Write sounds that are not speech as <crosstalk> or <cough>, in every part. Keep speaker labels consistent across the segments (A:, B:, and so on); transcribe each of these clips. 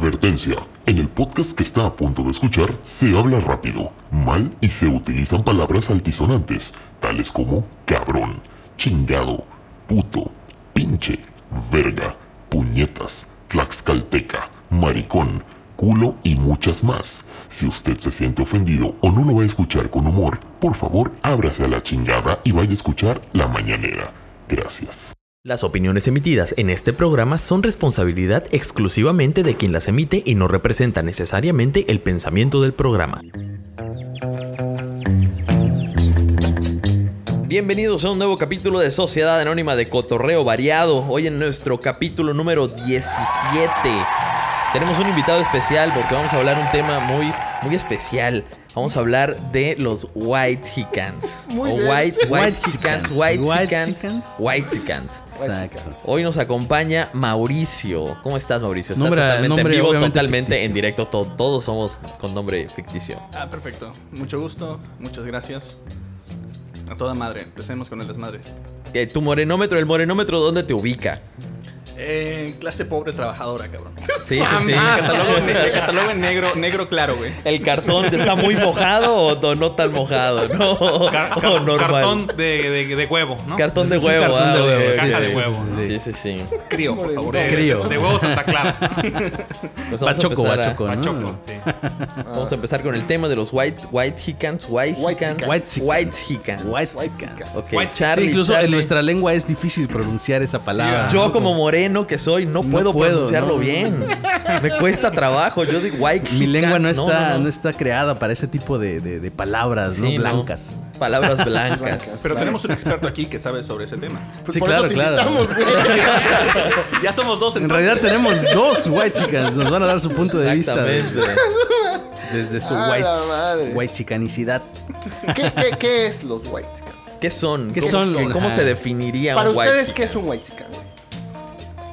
A: Advertencia. En el podcast que está a punto de escuchar se habla rápido, mal y se utilizan palabras altisonantes, tales como cabrón, chingado, puto, pinche, verga, puñetas, tlaxcalteca, maricón, culo y muchas más. Si usted se siente ofendido o no lo va a escuchar con humor, por favor ábrase a la chingada y vaya a escuchar La Mañanera. Gracias.
B: Las opiniones emitidas en este programa son responsabilidad exclusivamente de quien las emite y no representa necesariamente el pensamiento del programa. Bienvenidos a un nuevo capítulo de Sociedad Anónima de Cotorreo Variado. Hoy en nuestro capítulo número 17. Tenemos un invitado especial porque vamos a hablar un tema muy, muy especial. Vamos a hablar de los White Hicans.
C: Muy
B: o
C: bien.
B: White, white Hicans, White
D: White
B: Hicans,
D: Hicans.
B: White Hicans.
D: Exacto.
B: Hoy nos acompaña Mauricio. ¿Cómo estás, Mauricio? Estás
D: Nombre-
B: totalmente
D: nombre
B: en vivo,
D: obviamente
B: totalmente
D: ficticio.
B: en directo. to- todos somos con nombre ficticio.
C: Ah, perfecto. Mucho gusto, muchas gracias. A toda madre, empecemos con el desmadre.
B: Eh, tu morenómetro, el morenómetro, ¿dónde te ubica?
C: Eh, clase pobre trabajadora, cabrón. Ah,
B: Sí, sí, sí.
C: Catálogo, en negro, catálogo en negro, negro claro, güey.
B: ¿El cartón está muy mojado o to- no tan mojado? No,
E: Car- car-
B: o Oh, normal.
E: Cartón de, de- de huevo, ¿no?
B: Cartón de
D: Es un
B: huevo.
D: cartón
B: ah,
D: de huevo,
B: ok, ok.
E: caja de huevo, ¿no?
B: Sí, sí, sí.
C: Crío, por favor.
E: de,
D: Crío.
E: de huevo
B: <laughs>
E: Santa Clara.
B: Pues vamos, a
D: Bachoco,
B: empezar a-
D: bachoco, ¿no?
E: Machoco,
B: Ah.
E: sí.
B: vamos a empezar con el tema de los White, white Hicans. White,
F: White
B: Hicans.
D: White Hicans.
B: Hicans.
D: White
F: chicas.
D: chicas.
B: Ok,
E: White-
B: Charlie,
D: Sí, incluso
B: Charlie.
D: en nuestra lengua es difícil pronunciar esa palabra.
B: Yo como moreno que soy no puedo,
D: puedo,
B: pronunciarlo
D: no.
B: bien. Me cuesta trabajo. Yo digo white
D: Mi
B: hicans,
D: lengua no está, no, está creada para ese tipo de, de- de palabras, ¿no?
B: Sí,
D: Blancas. <laughs>
B: Palabras blancas.
F: Blancas.
C: Pero tenemos un experto aquí que sabe sobre ese tema.
F: Pues
D: Sí,
F: por
D: claro,
F: eso te
D: claro.
B: <laughs>
F: invitamos, güey.
C: Ya somos dos
D: En realidad tenemos dos white chicas. Nos van a dar su punto de vista de- <laughs>
B: Exactamente.
D: desde su
F: A la
D: white,
F: madre.
D: white chicanicidad.
F: ¿Qué, qué, qué es los White Chicans?
B: ¿Qué son?
D: ¿Qué
B: ¿Cómo,
D: son?
B: se- ¿Cómo
D: Ajá.
B: se definiría
F: Para
B: un white
F: ustedes,
B: chican?
F: ¿qué es un White Chican? güey?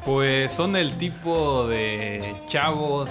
E: Pues son el tipo de chavos,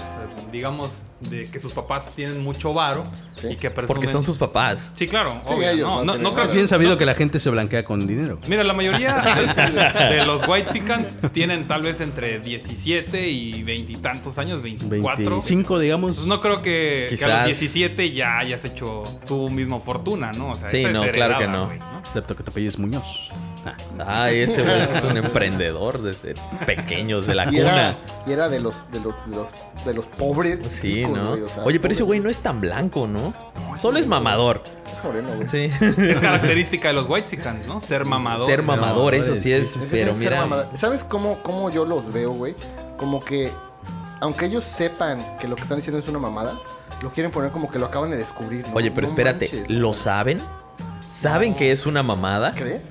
E: digamos, de que sus papás tienen mucho varo
F: Sí.
E: y que presumen-
B: Porque son sus papás.
E: Sí, claro,
F: Sí,
E: obvio.
F: ellos
E: no,
F: no
E: no,
F: tienen
E: no
F: nada.
E: creo
D: Es
E: que-
D: bien sabido
E: no-
D: que la gente se blanquea con dinero.
E: Mira, la mayoría
B: <laughs>
E: de, de los White Sicans tienen tal vez entre 17 y 20 y tantos años, 24.
D: 25, digamos.
E: Entonces no creo que, que a
B: Quizás.
E: los 17 ya hayas hecho tu mismo fortuna, ¿no? O sea,
B: Sí,
E: esa es
B: no, claro que
E: heredada,
B: no.
E: güey, ¿no?
D: Excepto que te apellides Muñoz. Ah.
B: Ay, ese güey es un emprendedor desde pequeño, desde la
F: Y
B: cuna.
F: era, y era de, los, de, los, de, los, de los pobres.
B: Sí,
F: ricos,
B: ¿no?
F: güey, o sea,
B: Oye, pero ese güey
F: pobre-
B: no es tan blanco, ¿no? Solo es mamador.
F: Es moreno, güey.
B: Sí. <laughs>
E: Es característica de los White Sicans, ¿no? Ser mamador.
B: Ser mamador, eso sí es.
F: Es- es
B: Pero
F: ser
B: mira.
F: mamada. ¿Sabes cómo, cómo yo los veo, güey? Como que, aunque ellos sepan que lo que están diciendo es una mamada, lo quieren poner como que lo acaban de descubrir. ¿no?
B: Oye, pero
F: No
B: espérate,
F: manches,
B: ¿lo saben? ¿Saben que es una mamada?
F: ¿Crees?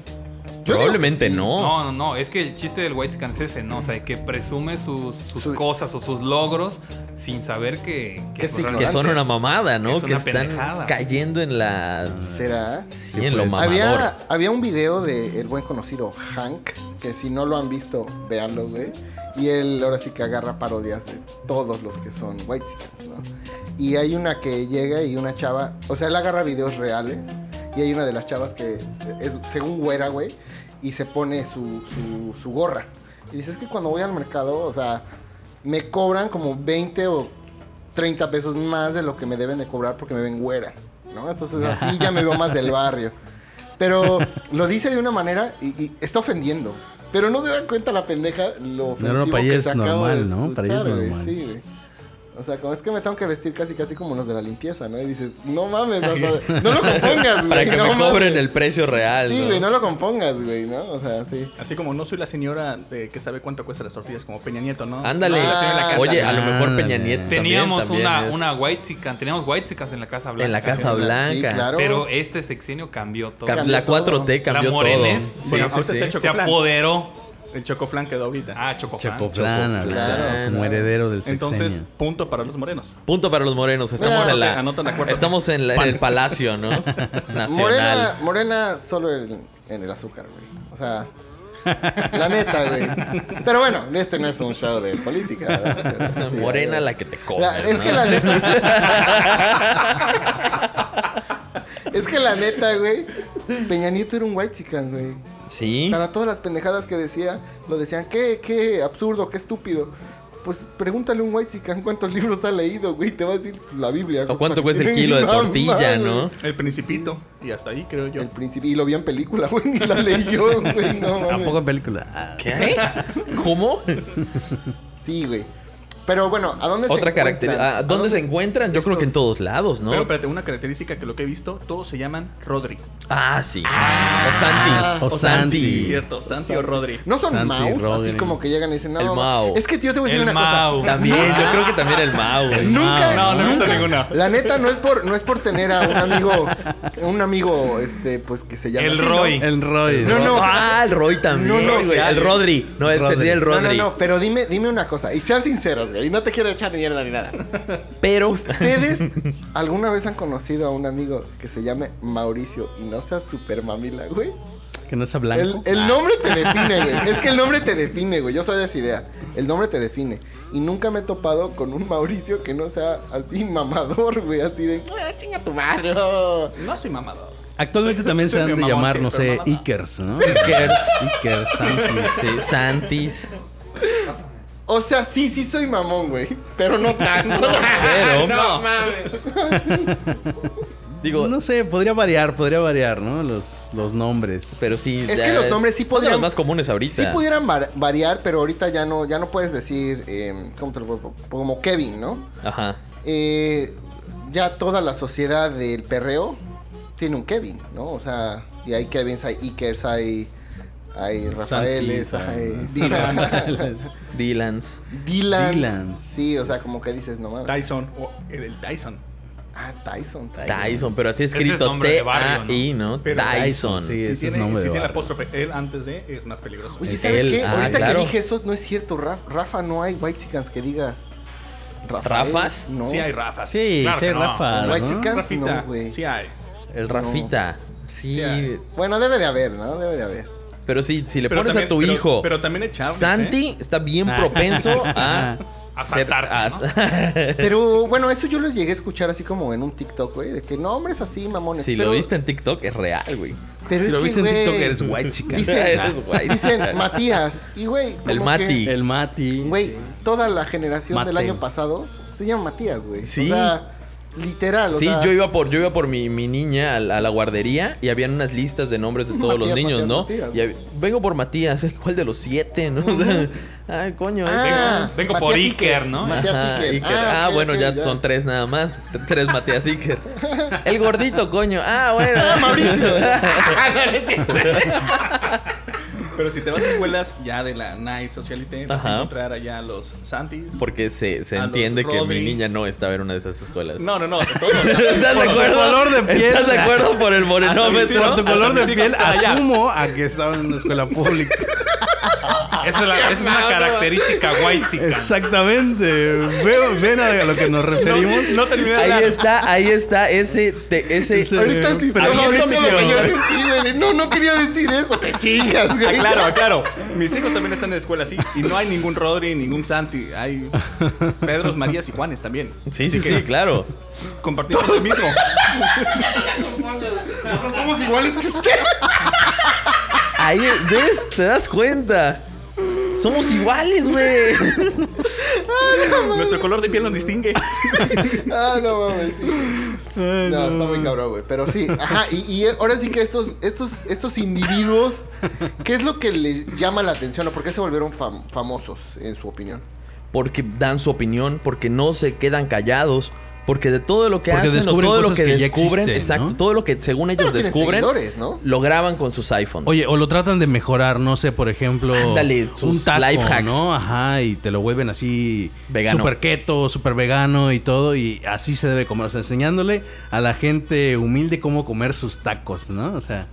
F: Yo
B: Probablemente
F: digo
B: no.
E: No, no, no, es que el chiste del White Sicans es ese, ¿no? O sea, que presume sus, sus
F: Su-
E: cosas o sus logros sin saber que,
F: Que es
E: pues,
F: ignorante.
B: Que son una mamada,
E: Que
B: ¿no?
E: es
B: Que,
E: una
B: están
E: pendejada.
B: cayendo en la.
F: sí. ¿Será?
B: Sí, en lo
D: pues.
B: mamador.
F: Había, había un video de el buen conocido Hank, que si no lo han visto, véanlo, güey. Y él ahora sí que agarra parodias de todos los que son white ¿no? Y hay una que llega y una chava, o sea, él agarra videos reales y hay una de las chavas que es según güera, güey, y se pone su, su, su gorra. Y dice, es que cuando voy al mercado, o sea, me cobran como 20 o 30 pesos más de lo que me deben de cobrar porque me ven güera, ¿no? Entonces así ya me veo más del barrio. Pero lo dice de una manera y, y está ofendiendo. Pero no se dan cuenta la pendeja lo ofensivo
D: no, para ella
F: que
D: es
F: te acabo de
D: normal, ¿no? Para ella es
F: escuchar, güey.
D: normal.
F: Sí, güey. O sea, como es que me tengo que vestir casi casi como los de la limpieza, ¿no? Y dices, no mames,
D: <laughs>
F: hasta- no lo compongas,
B: <laughs>
F: güey.
B: Para que
F: no
B: me
F: mames.
B: cobren el precio real.
F: Sí,
B: ¿no?
F: güey, no lo compongas, güey, ¿no? O sea, sí.
C: Así como no soy la señora de que sabe cuánto cuestan las tortillas, como Peña Nieto, ¿no?
B: Ándale.
C: No soy la señora de la casa.
B: Oye, a lo mejor
D: Ándale.
B: Peña Nieto. también-
E: Teníamos
B: también
E: una,
B: es-
E: una White Sican, teníamos White Sicans en la Casa Blanca.
B: En la Casa Blanca.
F: Sí, claro.
E: Pero este sexenio cambió todo.
B: Cam-
F: Cambió
B: La 4T
E: la
B: cambió todo.
E: morenés
B: Sí,
E: se-
C: Bueno,
B: sí,
C: ahorita
B: sí.
C: es el
E: se
C: Chocoflan.
E: apoderó.
C: El chocoflan quedó ahorita.
E: Ah, Chocoflan.
D: Chapoflán, ahorita,
F: Claro,
D: como
F: claro.
D: heredero del sexenio.
C: Entonces, punto para los morenos.
B: Punto para los morenos. Estamos
F: Mira,
B: en la.
C: anotan la cuarta.
B: Estamos en, la- en el palacio,
E: <laughs>
B: ¿no? Nacional.
F: Morena, morena solo en, en el azúcar, güey. O sea, la neta, güey. Pero bueno, este no es un show de política.
B: <laughs>
F: ¿verdad?
B: <laughs>
F: Sí,
B: Morena
F: güey.
B: la que te comes.
F: La- es
B: ¿no?
F: que
B: <laughs>
F: la neta. es que la neta, güey. Peña Nieto era un white chican, güey.
B: Sí.
F: Para todas las pendejadas que decía, lo decían, qué, qué absurdo, qué estúpido. Pues pregúntale a un white chican cuántos libros ha leído, güey. Te va a decir pues, la Biblia.
B: ¿O cuánto cuesta el kilo de
F: Mamá,
B: tortilla,
F: güey.
B: no?
C: El Principito. Y hasta ahí, creo yo.
F: El príncipe. Y lo vi en película, <laughs> güey. Ni la leyó, güey. No, mames.
D: Tampoco en película. Ah,
B: ¿Qué? <laughs> ¿Cómo?
F: Sí, güey. Pero bueno, ¿a dónde se
B: Otra
F: encuentran?
B: característica. ah,
F: ¿A
B: ¿Dónde, se encuentran? Yo creo que en
F: estos-
B: todos lados, ¿no?
C: Pero espérate, una característica que lo que he visto, todos se llaman Rodri.
B: ah, sí. o Santi.
F: Ah,
D: o
B: O Santi.
D: Santi.
C: Sí, cierto. Santi o Rodri.
F: ¿No son
D: Santi
F: Maus? Así
D: Rodri.
F: como que llegan y dicen, no,
B: El Mau.
F: Es que yo te voy a decir
E: El
F: una
E: Mau.
F: cosa.
B: También, yo creo que también el Mau, güey.
F: Ah. Nunca,
E: No, no he visto
F: nunca-
E: ninguna.
F: La neta no es por no es por tener a un amigo un amigo este pues que se llama
E: El
F: así, ¿no?
E: Roy.
D: El Roy.
F: No, no.
B: Ah, el Roy también.
F: No, no,
B: güey.
F: sí,
B: el
F: alguien.
B: Rodri. No, él
D: Rodri.
B: tendría el
F: No,
B: Rodri.
F: no, no, pero dime dime una cosa y sean sinceros, güey, y no te quiero echar mierda ni nada.
B: Pero.
F: ¿Ustedes alguna vez han conocido a un amigo que se llame Mauricio y no sea super mamila, güey?
D: Que no es
F: El,
D: blanco.
F: el nombre te define, güey. Es que el nombre te define, güey. Yo soy de esa idea. El nombre te define. Y nunca me he topado con un Mauricio que no sea así mamador, güey. Así de, "Ah, chinga tu madre. oh".
C: No soy mamado.
D: Actualmente también se
C: soy
D: han de
C: mi mamón,
D: llamar,
C: sí,
D: no
C: pero
D: sé,
C: mamá.
D: Ikers, ¿no? Ikers. Ikers, Santis.
B: Sí, Santis.
F: O sea, sí, sí soy mamón, güey. Pero no tanto.
B: Pero.
F: <laughs> no mames.
B: <laughs> Digo,
D: No sé, podría variar, podría variar, ¿no? Los, los nombres.
B: pero sí.
F: Es
B: ya
F: que los nombres sí
B: son de
F: podrían-
B: los más comunes ahorita.
F: Sí pudieran var- variar, pero ahorita ya no, ya no puedes decir, eh, ¿cómo te lo puedo- Como Kevin, ¿no?
B: Ajá.
F: Eh, ya toda la sociedad del perreo tiene un Kevin, ¿no? O sea, y hay Kevins, hay Ikers, hay, hay Rafaeles,
D: Santis,
F: hay
B: Dylans.
F: Dylan.
D: Dylans.
F: Sí, o sea, como que dices, no mames.
C: Tyson. O el el Tyson.
F: Ah, Tyson, Tyson.
B: Tyson, pero así
E: Ese es
B: escrito
E: nombre de barrio,
B: T-A-I, ¿no?
C: Pero
B: Tyson.
D: Tyson, sí.
C: Si
D: ese es
C: tiene,
D: nombre
C: si
D: de
C: tiene
D: barrio.
C: apóstrofe él antes de, es más peligroso.
F: Oye,
B: Es
F: ¿sabes
B: él.
F: qué?
B: Ah,
F: Ahorita
B: claro.
F: que dije eso, no es cierto. Raf- Rafa, no hay White Chickens que digas. Rafael,
B: ¿Rafas?
F: No.
C: Sí hay Rafas.
D: Sí,
E: Claro
D: sí,
E: que no.
D: Rafa. ¿no?
F: White Chickens,
C: Rafita.
F: no, güey.
C: sí hay.
B: El Rafita. Sí.
C: Sí.
F: Bueno, debe de haber, ¿no? Debe de haber.
B: Pero sí, si le
C: Pero
B: pones
C: también-
B: a tu
C: pero-
B: hijo.
C: Pero también ¿eh? echaron.
B: Santi
F: ¿eh?
B: está bien
F: Ah. <laughs>
B: propenso a.
E: A
B: ser-
E: saltarte,
B: a-
F: Pero bueno, eso yo los llegué a escuchar así como en un TikTok, güey. De que no, hombre, es así, mamones.
B: <laughs> Si
F: pero-
B: lo viste en TikTok, es real, güey.
F: Pero
D: Si
F: es
D: lo
F: que,
D: viste en
F: güey,
D: TikTok, eres
B: <laughs>
D: white chica.
F: Dicen,
B: Eres white
F: dicen
B: chican.
F: Matías. Y, güey. como
B: El Mati.
D: El Mati.
F: que, Güey, toda la generación del
D: Mate.
F: año pasado se llama Matías, güey.
B: Sí.
F: O sea, literal. O
B: Sí,
F: sea,
B: yo iba por, yo iba por mi, mi niña a, la- a la guardería y habían unas listas de nombres de todos los
F: Matías,
B: niños,
F: Matías,
B: ¿no?
F: Matías.
B: Y hab- vengo por Matías, <laughs> ¿cuál de los siete, no? O sea, ay, coño. ese-
F: Ah,
E: vengo por
F: Matías
E: Iker, ¿no?
F: Matías
B: Ajá,
F: Iker.
B: Iker. Ah,
F: ok,
B: bueno,
F: ok,
B: ya, son tres nada más. T- Tres Matías <laughs> Iker. El gordito, coño. Ah, bueno.
F: Ah, Mauricio.
C: Pero si te vas a
B: <laughs>
C: escuelas ya de la Nice Socialite, vas
B: Ajá.
C: a encontrar allá a los Santis.
B: <laughs> Porque se, se
C: A los
B: entiende que mi
C: Rodri.
B: niña no estaba en una de esas escuelas.
C: No, no, no, de todos.
B: <laughs> ¿Estás de acuerdo?
D: color de piel. Ah,
B: ¿Estás de acuerdo por el
C: Hasta mis
B: morenómetro?
C: hijos-
D: Por tu color de
C: mis hijos
D: piel,
C: están allá.
D: asumo a que estaba en una escuela pública.
E: Esa es, la- esa es una característica white
D: Exactamente. Veo, ven a lo que nos referimos.
E: No terminé de
B: Ahí
E: hablar.
B: está, ahí está ese, te- ese
D: Ese-
F: Ahorita sí,
D: Pero
F: no, no,
D: Mauricio.
F: no, no, yo sentí, güey, de, No, no quería decir eso. Te chingas, güey.
C: Claro, claro. Mis hijos también están en escuela así. Y no hay ningún Rodri, ningún Santi. Hay Pedros, Marías y Juanes también.
B: Sí, sí, sí, claro.
C: Compartimos
B: <laughs>
C: lo mismo.
F: O sea, somos iguales que usted.
B: Ahí, ¿ves? ¿Te das cuenta? Somos iguales, güey.
C: Nuestro color de piel nos distingue.
F: Ah, no mames, sí. No, está muy cabrón, güey. Pero sí, ajá. Y, y ahora sí que estos, estos, estos individuos, ¿qué es lo que les llama la atención o por qué se volvieron fam- famosos, en su opinión?
B: Porque dan su opinión, porque no se quedan callados, porque de todo lo que
D: Porque
B: hacen o
D: descubren
B: todo lo
D: cosas
B: que,
D: que ya
B: descubren,
D: existen,
B: exacto,
D: ¿no?
B: todo lo que según ellos
F: Pero tienen
B: descubren,
F: seguidores, ¿no?
B: lo graban con sus iPhones.
D: Oye, o lo tratan de mejorar, no sé, por ejemplo,
B: Ándale,
D: un
B: sus
D: taco,
B: life hacks.
D: ¿no? Ajá, y te lo vuelven así
B: Vegano.
D: super keto, super vegano y todo y así se debe comer, o sea, enseñándole a la gente humilde cómo comer sus tacos, ¿no? O sea,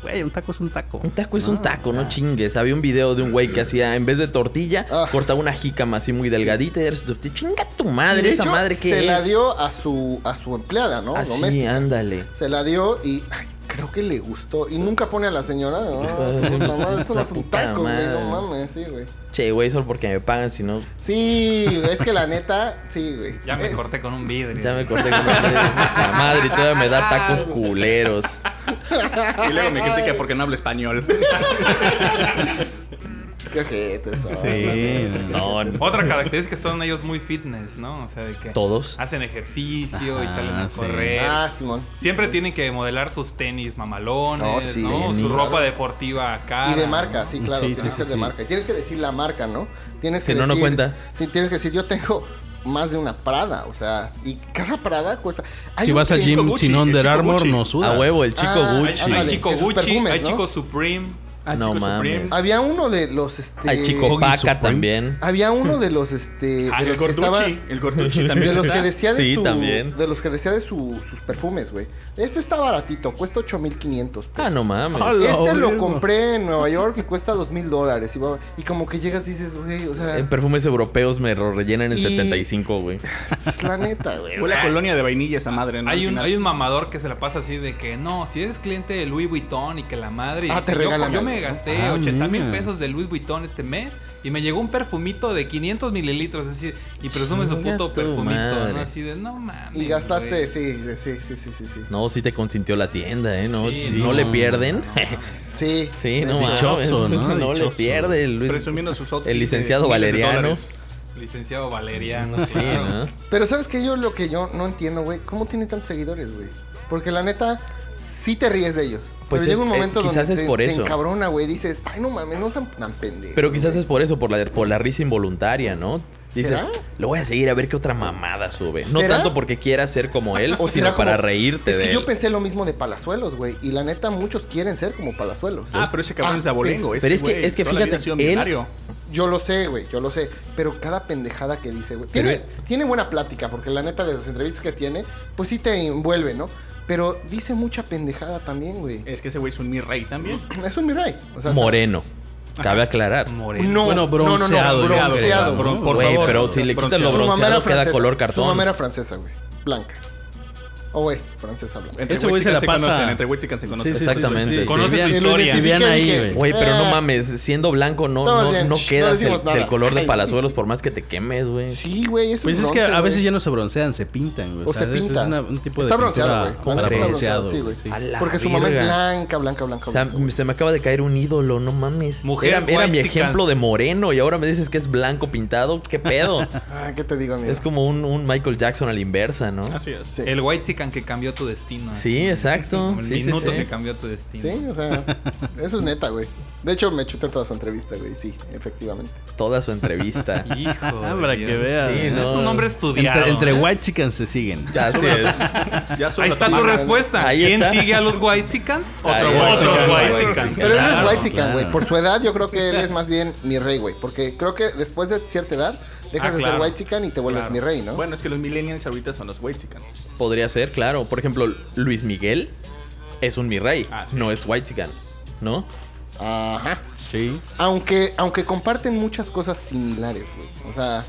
D: güey, un taco es un taco.
B: un taco es
F: Ah,
B: un taco, no chingues. Había un video de un güey que hacía, en vez de tortilla,
F: Ah.
B: cortaba una jícama así muy delgadita y era su tortilla. Chinga tu madre,
F: Y de
B: esa
F: hecho,
B: madre que
F: se
B: es.
F: la dio a su, a su empleada, ¿no?
B: Así,
F: Doméstica.
B: ándale.
F: Se la dio y ay, creo que le gustó. Y nunca pone a la señora, no,
B: Ah,
F: su
B: sí,
F: mamá, eso no es
B: esa
F: un
B: puta
F: taco, güey. No
B: madre.
F: mames, sí, güey.
B: Che, güey, solo porque me pagan, si no,
F: Sí, güey, es que la neta, sí, güey.
E: Ya me
F: Es-
E: corté con un vidrio.
B: ya me corté con
D: <laughs>
B: la madre. La madre y todavía me da tacos culeros.
C: Y luego me critica porque no hablo español.
F: Qué qué ojetes son.
D: Sí,
F: Qué
B: son.
F: ojetes.
E: Otra característica es que son ellos muy fitness, ¿no? O sea, de que
B: Todos.
E: hacen ejercicio y
D: Ajá,
E: salen a
D: sí.
E: correr.
F: Ah, Simón.
E: Siempre tienen que modelar sus tenis mamalones,
F: Oh, sí,
E: ¿no? Su
F: tenis.
E: ropa deportiva acá.
F: Y de marca, sí, claro.
D: Sí, sí,
F: tienes que
D: sí,
F: ser de
D: sí.
F: marca. Y tienes que decir la marca, ¿no? Tienes
B: Si
F: que
B: no, no
F: decir-
B: cuenta.
F: Sí, tienes que decir, yo tengo más de una Prada, o sea, y cada Prada cuesta. Hay
D: Si
F: un
D: vas al
F: cliente-
D: gym
C: Gucci,
D: sin
C: el
D: Under
C: chico
D: Armour,
C: Gucci.
D: no suda.
B: A huevo, el chico
F: Ah,
E: Hay,
B: Gucci.
E: hay
F: Ándale,
E: chico
F: esos
E: Gucci,
F: perfumes,
E: hay
F: ¿no?
E: chico Supreme, hay
B: No
E: chico Supreme.
B: mames.
F: Había uno de los este.
B: Hay chico
D: Jogging
B: vaca
D: Supreme.
B: también.
F: Había uno de los este.
E: Ah,
F: de
E: el
F: los que
E: Gorducci.
F: estaba-
C: El Gorducci también
F: De los
C: está.
F: que decía de
B: Sí,
F: su-
B: también.
F: De los que decía de su- sus perfumes, güey. Este está baratito, cuesta 8500 pesos.
B: Ah, no mames.
D: Ah, la
F: Este lo
D: verga.
F: compré en Nueva York y cuesta dos mil dólares. y va- Y como que llegas y dices, güey, o sea,
B: En perfumes europeos me lo rellenan en
F: Y-
B: 75, güey.
F: es pues, la neta, güey.
C: Huele a colonia de vainilla esa madre, ¿no?
E: Hay
C: Al
E: un,
C: final.
E: hay un mamador que se la pasa así de que no, si eres cliente de Louis Vuitton y que la madre. y
F: Ah,
E: dice,
F: te
E: yo,
F: regalan
E: yo
F: algo".
E: me gasté
D: Ah,
E: 80 mil
D: mira.
E: pesos de Louis Vuitton este mes y me llegó un perfumito de 500 mililitros. Es decir, y presume su
B: Chinga
E: puto
B: tu
E: perfumito. ¿no?
B: madre.
E: Así de no mames.
F: Y gastaste,
E: güey".
F: sí, sí, sí, sí, sí, sí.
B: No, sí te consintió la tienda, ¿eh? No,
E: Sí,
B: no
D: no,
B: le
D: no,
B: pierden.
F: Sí.
B: <laughs> Sí, no mames.
D: Dichoso,
B: <laughs> No,
D: ¿no?
B: le
D: Dichoso.
B: pierde el Luis-
C: Presumiendo sus outfits
B: El
C: de
B: licenciado
C: miles de
B: Valeriano.
C: dólares.
E: Licenciado Valeriano.
B: Sí,
E: claro.
B: ¿no?
F: Pero ¿sabes que Yo lo que yo no entiendo, güey, ¿cómo tiene tantos seguidores, güey? Porque la neta, sí te ríes de ellos.
B: Pues
F: Pero
B: es-
F: llega un
B: eh,
F: momento
B: quizás
F: donde
B: es
F: te,
B: por
F: te
B: eso.
F: encabrona, güey. Dices, ay, no mames, no sean tan pendejos.
B: Pero quizás es por eso, por la, por la risa involuntaria, ¿no? Dices,
F: ¿Será?
B: lo voy a seguir a ver qué otra mamada sube. No
F: ¿Será?
B: tanto porque quiera ser como él,
F: O
B: sino
F: será
B: para
F: como-
B: reírte
F: Es
B: de
F: que
B: él.
F: yo pensé lo mismo de Palazuelos, güey. Y la neta, muchos quieren ser como Palazuelos.
C: Ah, pero ese cabrón
F: Ah,
C: es de abolengo. ¿eh?
B: pues,
C: ese
B: pero es que-
C: güey
B: es que
C: toda la vida
B: fíjate,
C: ha sido
B: él-
C: millonario.
F: Yo lo sé, güey, yo lo sé. Pero cada pendejada que dice, güey. Tiene, tiene buena plática, porque la neta de las entrevistas que tiene, pues sí te envuelve, ¿no? Pero dice mucha pendejada también, güey.
C: Es que ese güey es un mi rey también.
F: Es un mi rey. O sea,
B: Eh, Moreno. Cabe aclarar.
E: Moreno.
F: No,
D: Bueno,
F: no, no, no,
D: bronceado,
C: ya,
F: bronceado.
C: ¿verdad? Bron- por
B: Güey,
C: favor.
B: pero si le quitas lo
C: Bronceado.
F: Su mamá era
B: bronceado queda
F: francesa,
B: color
F: Su mamá
B: cartón.
F: era francesa, güey. Blanca. O es francesa blanca.
C: Entre
D: Ese güey se
E: la
C: se
D: pasa-
C: conocen, entre güey chicas se conocen.
B: sí, Exactamente, sí.
E: Conoce su historia.
D: Vivían ahí, güey.
B: Güey, pero no
F: Eh.
B: mames, siendo blanco no,
F: Todo
B: no,
F: bien,
B: no
F: sh, no
B: quedas
F: decimos
B: el,
F: nada.
B: del color de
F: Ay.
B: palazuelos por más que te quemes, güey.
F: Sí, güey. Es
D: Pues es que
F: bronce,
D: a veces
F: güey.
D: ya no se broncean, se pintan, güey.
F: O se
D: sea, es-
F: pinta.
D: Es una- un tipo de
F: Está
D: pintura
F: bronceado, güey.
D: como
F: La neta está
D: bronceado,
F: bronceado, sí,
D: güey,
F: güey.
D: sí.
B: A la
F: Porque su mamá es
B: verga.
F: blanca, blanca, blanca.
B: O sea,
F: blanca, güey.
B: se me acaba de caer un ídolo, no mames.
E: Mujer
B: era, era mi
E: whitexican.
B: ejemplo de moreno y ahora me dices que es blanco pintado. ¿Qué pedo? <laughs>
F: Ah, ¿qué te digo, amigo?
B: es como un, un Michael Jackson a la inversa, ¿no?
C: Así es.
F: Sí.
E: El White Chican que cambió tu destino.
B: Sí, exacto.
E: El
B: Sí, sí,
E: minuto
B: sí.
E: que cambió tu destino.
F: Sí, o sea, eso es neta, güey. De hecho, me chuté toda su entrevista, güey. Sí, efectivamente.
B: Toda su
E: <laughs>
B: entrevista.
E: Hijo.
D: Ah,
E: de
D: para
E: Dios.
D: que veas.
B: Sí,
E: Es
B: no.
E: un hombre estudiado. ¿eh?
D: Entre, entre white chickens se siguen.
B: Así es.
C: Ya solo
E: Ahí está tu
F: Ah,
E: respuesta.
B: ahí
E: ¿Quién
B: está.
E: sigue a los White Chicans?
B: Ahí
E: Otro
B: está.
E: Otros
B: Otro
E: White
B: White
E: Chicans.
F: Pero él no es
E: Claro.
F: white chican, güey.
D: claro.
F: Por su edad, yo creo que él es más bien mi rey, güey. Porque creo que después de cierta edad, dejas
E: Ah,
F: de ser
E: claro.
F: white chican y te vuelves mi rey, ¿no?
C: Bueno, es que los millennials ahorita son los white chickens.
B: Podría ser, claro. Por ejemplo, Luis Miguel es un mi rey. No es White Chican, ¿no?
F: Ajá.
D: Sí.
F: Aunque, aunque comparten muchas cosas similares, güey. O sea,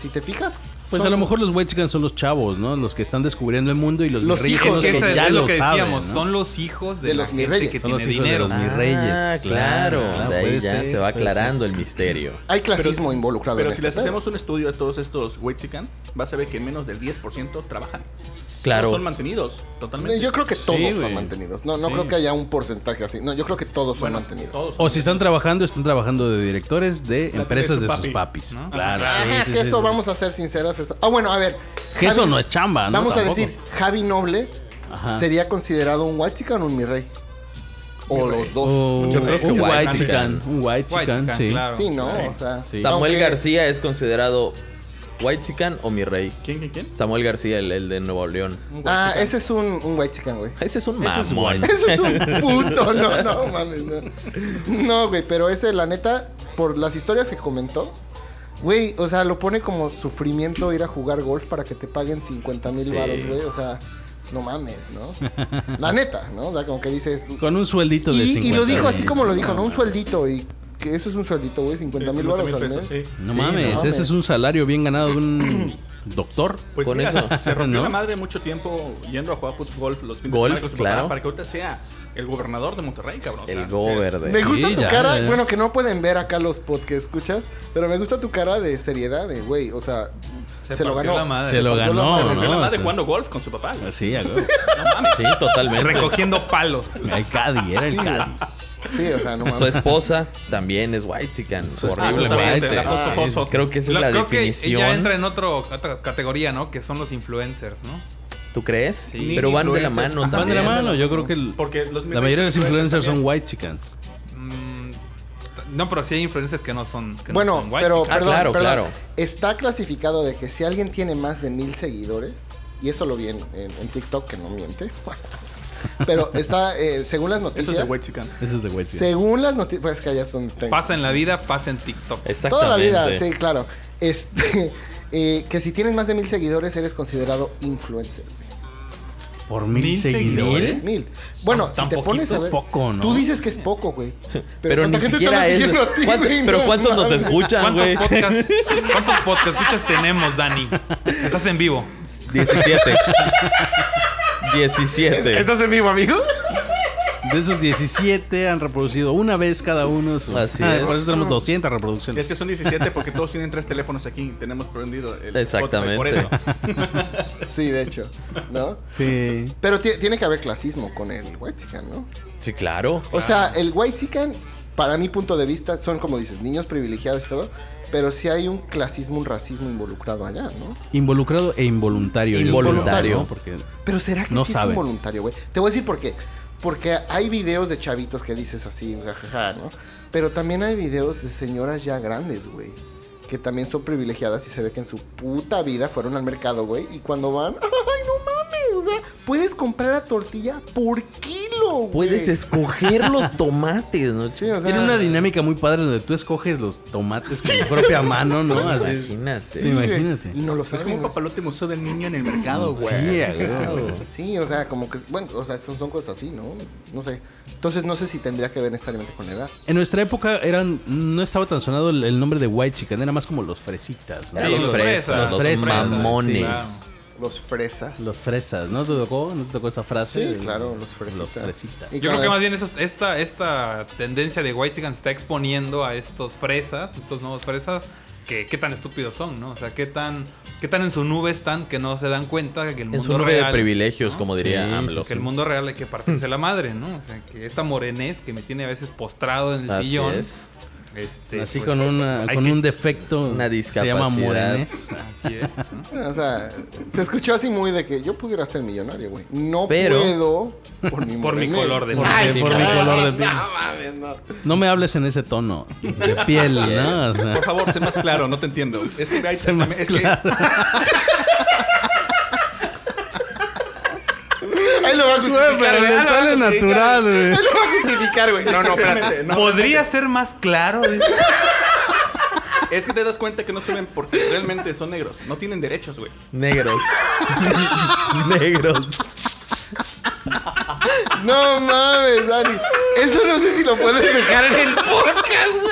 F: si te fijas.
D: Pues
F: son-
D: a lo mejor los white chickens son los chavos, ¿no? Los que están descubriendo el mundo y los,
F: Los
D: ricos
F: hijos,
E: Es que
D: que
E: esa-
D: ya
E: es lo
D: lo
E: que
D: saben,
E: decíamos.
D: ¿no?
E: Son los hijos de,
F: De
E: la
F: los
E: gente
F: mirreyes.
E: que
D: Son los
E: tiene
D: hijos de
E: dinero.
D: los mi reyes.
B: Ah, claro. De ahí
D: puede
B: ya
D: ser,
B: se va
D: puede
B: aclarando el misterio.
F: Hay clasismo involucrado
C: Pero
F: en
C: si
F: este
C: les
F: pedo.
C: hacemos un estudio a todos estos white chican, vas a ver que menos del 10% trabajan.
B: Claro.
C: No son mantenidos, totalmente.
F: Yo creo que todos son
D: güey.
F: mantenidos. No, no
D: Sí.
F: creo que haya un porcentaje así. No, yo creo que todos
C: Bueno,
F: son mantenidos.
C: todos.
D: O si están trabajando, están trabajando de directores de empresas
C: su
D: de
C: papi,
D: sus papis.
E: ¿no?
D: Claro.
F: Ajá,
D: Ah, sí, sí,
F: que
D: sí,
F: eso,
D: sí.
F: vamos a ser sinceros. Eso. Ah, bueno, a ver.
D: Que eso
F: Javi-
D: no es chamba, ¿no?
F: Vamos a
D: Tampoco.
F: decir, Javi Noble
D: Ajá.
F: sería considerado un white chican o un mi rey. O los dos.
D: O
B: Yo creo que
D: un
B: white
D: white
B: chican.
D: chican. Un white
E: White
D: chican,
E: Chican,
D: sí.
E: claro.
F: Sí, ¿no? O sea,
D: Sí.
B: Samuel
F: aunque-
B: García es considerado White Chican o mi rey.
C: ¿Quién, quién, quién?
B: Samuel García, el, el de Nuevo León.
F: Ah, ese es un, un white chican, güey.
B: Ese es un
D: Ese es
B: mamón.
D: white.
F: Ese es un puto, no, no mames, no. No, güey, pero ese, la neta, por las historias que comentó, güey, o sea, lo pone como sufrimiento ir a jugar golf para que te paguen 50 mil
B: Sí.
F: baros, güey, o sea, no mames, ¿no? La neta, ¿no? O sea, como que dices.
D: Con un sueldito de
F: Y,
D: 50
F: y lo dijo así
D: mil.
F: como lo dijo, ¿no? Un sueldito, y que eso es un sueldito, güey, 50 mil baros al mes.
D: No
B: Sí,
D: mames,
F: no mames.
D: ese es un salario bien ganado de un doctor.
C: Pues
B: Con
C: mira,
B: eso.
C: se rompió
D: ¿No?
C: la madre mucho tiempo yendo a jugar fútbol los fines
B: Golf,
C: de semana con su papá
B: claro.
C: para que ahorita sea el gobernador de Monterrey, cabrón.
B: El
C: O sea,
B: Go
C: sea-
B: Verde.
F: Me gusta
D: Sí,
F: tu
D: ya,
F: cara,
D: ya.
F: bueno, que no pueden ver acá los pod que escuchas, pero me gusta tu cara de seriedad, de güey, o sea, se,
E: Se,
F: lo
E: partió
F: ganó.
E: la madre.
D: Se lo
F: rompió la-
D: ganó.
F: se
C: rompió
D: ¿no?
C: la madre
D: O sea,
C: jugando golf con su papá. güey.
D: Sí, a huevo.
B: Sí, totalmente.
E: Recogiendo palos.
D: El Cadi, era el
F: Sí, güey.
D: Cadi.
F: Sí, o sea, no
B: Su
F: mames.
B: esposa también es white
E: esposa también es la foso, foso.
B: Creo que esa
E: Lo-
B: es la
E: creo
B: definición.
E: que ya entra en otro, otra categoría, ¿no? Que son los influencers, ¿no?
B: ¿Tú crees?
E: Sí.
B: Pero van de la
C: Influencers.
B: mano
C: Ajá.
D: Van de
B: también.
D: la mano, yo creo que el-
C: Porque los
D: la mayoría de los influencers son
C: también.
D: white chickens.
E: Mm, t- no, pero sí hay influencers que no son. que no
F: Bueno,
E: son white
F: pero
E: chicas.
B: Ah,
F: perdón,
B: claro,
F: perdón.
B: claro.
F: Está clasificado de que si alguien tiene más de mil seguidores, y eso lo vi en, en- en TikTok, que no miente, <laughs> pero está, eh, según las
C: Eso
F: noticias,
C: es de White Chican.
D: Ese es de white chicken.
F: según las noticias, pues que allá es donde tengo.
E: Pasa en la vida, pasa en TikTok.
B: Exactamente.
F: Toda la vida, sí, claro. Este, <laughs> eh, que si tienes más de mil seguidores, eres considerado influencer.
D: ¿Por mil,
E: ¿Mil
D: seguidores?
E: seguidores?
F: Mil. Bueno,
B: Ah,
F: si
D: tan
F: te pones
D: poquito
F: a
D: es
F: ver,
D: poco, ¿no?
F: tú dices que es poco, güey.
B: Pero
F: ¿cuánta
B: ni
F: gente te anda
B: siquiera es.
F: siguiendo a ti,
B: ¿Cuánto-
F: güey?
B: pero
F: No
B: ¿cuántos nos
F: mames.
B: escuchan,
E: ¿Cuántos
B: güey? <laughs>
E: podcasts, ¿Cuántos podcasts escuchas tenemos, Dani? Estás en vivo.
B: 17. 17.
F: ¿Estás en vivo, amigo?
D: De esos 17 han reproducido una vez cada uno. su-
B: Así es.
D: Por eso tenemos 200 reproducciones.
C: Es que son 17 porque todos tienen tres teléfonos aquí. Tenemos prendido el
B: Exactamente.
C: Spotify, Por eso.
F: Sí, de hecho, ¿no?
D: Sí.
F: Pero ti- tiene que haber clasismo con el white chican, ¿no?
B: Sí, claro.
F: O sea, el white chican, para mi punto de vista, son como dices, niños privilegiados y todo, pero sí hay un clasismo, un racismo involucrado allá, ¿no?
D: Involucrado e involuntario. yo
B: Involuntario.
D: creo, ¿no? Porque
F: Pero será que
D: No
F: sí
D: sabe.
F: es involuntario, güey. Te voy a decir por qué. Porque hay videos de chavitos que dices así, jajaja, ¿no? Pero también hay videos de señoras ya grandes, güey. Que también son privilegiadas y se ve que en su puta vida fueron al mercado, güey. Y cuando van, <laughs> ¡ay, no mames! O sea, puedes comprar la tortilla por kilo, güey.
B: Puedes escoger los tomates, ¿no?
F: Sí, o sea,
D: tiene una dinámica muy padre donde tú escoges los tomates con tu propia
B: <laughs>
D: mano, ¿no? Así es.
B: Imagínate.
D: Sí,
F: sí, güey.
D: imagínate.
F: Y no lo
C: Es
F: saben,
C: como un
F: güey.
C: papalote museo del niño en el mercado, <laughs> güey.
D: Sí, a huevo.
F: Sí, o sea, como que, bueno, o sea, son, son cosas así, ¿no? No sé. Entonces, no sé si tendría que ver necesariamente con la edad.
D: En nuestra época eran, no estaba tan sonado el, el nombre de White Chicken, era más como los fresitas, ¿no?
B: Eran los fresas, los mamones.
D: sí,
F: Los fresas.
D: Los fresas, ¿no te tocó? ¿No te tocó esa frase?
F: Sí,
D: De-
F: claro, los fresitas.
D: Los fresitas.
F: Y
E: Yo creo
F: cada
E: que más
F: vez-
E: bien eso- esta, esta tendencia de White Chicken está exponiendo a estos fresas, estos nuevos fresas, que qué tan estúpidos son, ¿no? O sea, qué tan, qué tan en su nube están que no se dan cuenta que el
B: Es
E: mundo
B: un nube de
E: real,
B: privilegios,
E: ¿no?
B: como diría
D: Sí,
B: AMLO.
E: Que el mundo real hay que partirse la madre, ¿no? O sea, que esta morenez que me tiene a veces postrado en el
B: Así
E: sillón.
B: es.
E: Este,
D: Así
E: pues,
D: con, una,
E: hay
D: con
E: que-
D: un defecto.
B: Una
D: que Se
B: discapacidad.
D: llama morenés.
E: <laughs> Así es, ¿no?
F: O sea, se escuchó así muy de que yo pudiera ser millonario, güey. No
B: Pero-
F: puedo por mi,
E: <laughs> Por mi
F: morena.
E: color de
D: Por,
E: piel.
D: mi- por mi
F: caray.
D: color de piel.
F: No mames, no.
D: No me hables en ese tono
F: <laughs>
D: de piel, ¿no? O sea,
C: Por favor, sé más claro, no te entiendo. Es que
D: <laughs>
C: hay,
D: sé más
C: es que- <laughs>
D: claro.
F: <laughs> Ahí lo va a justificar,
D: Pero
F: güey.
D: le sale natural,
F: <laughs>
D: güey.
F: Ahí lo va a justificar, güey. No,
E: <laughs>
F: no, espérate.
C: No,
E: ¿Podría ser más
D: <laughs>
E: claro?
C: es que te das cuenta que no suben porque realmente son negros. No tienen derechos, güey.
B: Negros. Negros.
F: No mames, Dani. Eso no sé si lo puedes dejar en el podcast, güey.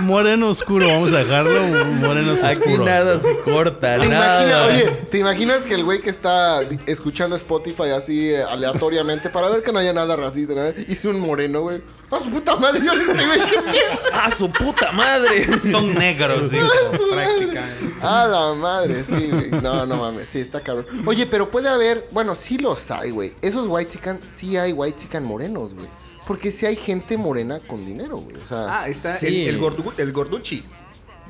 D: Moreno oscuro, vamos a dejarlo. Moreno oscuro.
B: Aquí nada se corta,
F: ¿Te
B: nada.
F: imaginas, oye, ¿te imaginas que el güey que está vi- escuchando Spotify así eh, aleatoriamente para ver que no haya nada racista, ¿no? Hizo un moreno, güey. ¡A su puta madre! Yo le este güey, ¿qué pedo?
B: ¡A ¡Ah, su puta madre!
E: <laughs> Son negros, digo, prácticamente.
F: A la madre, sí, güey. No, no mames, sí, está cabrón. Oye, pero puede haber, bueno, sí los hay, güey. Esos white chican, sí hay white chican morenos, güey. Porque sí hay gente morena con dinero, güey. O sea,
C: Ah, está
B: Sí.
C: el, el, gordu- el gorduchi.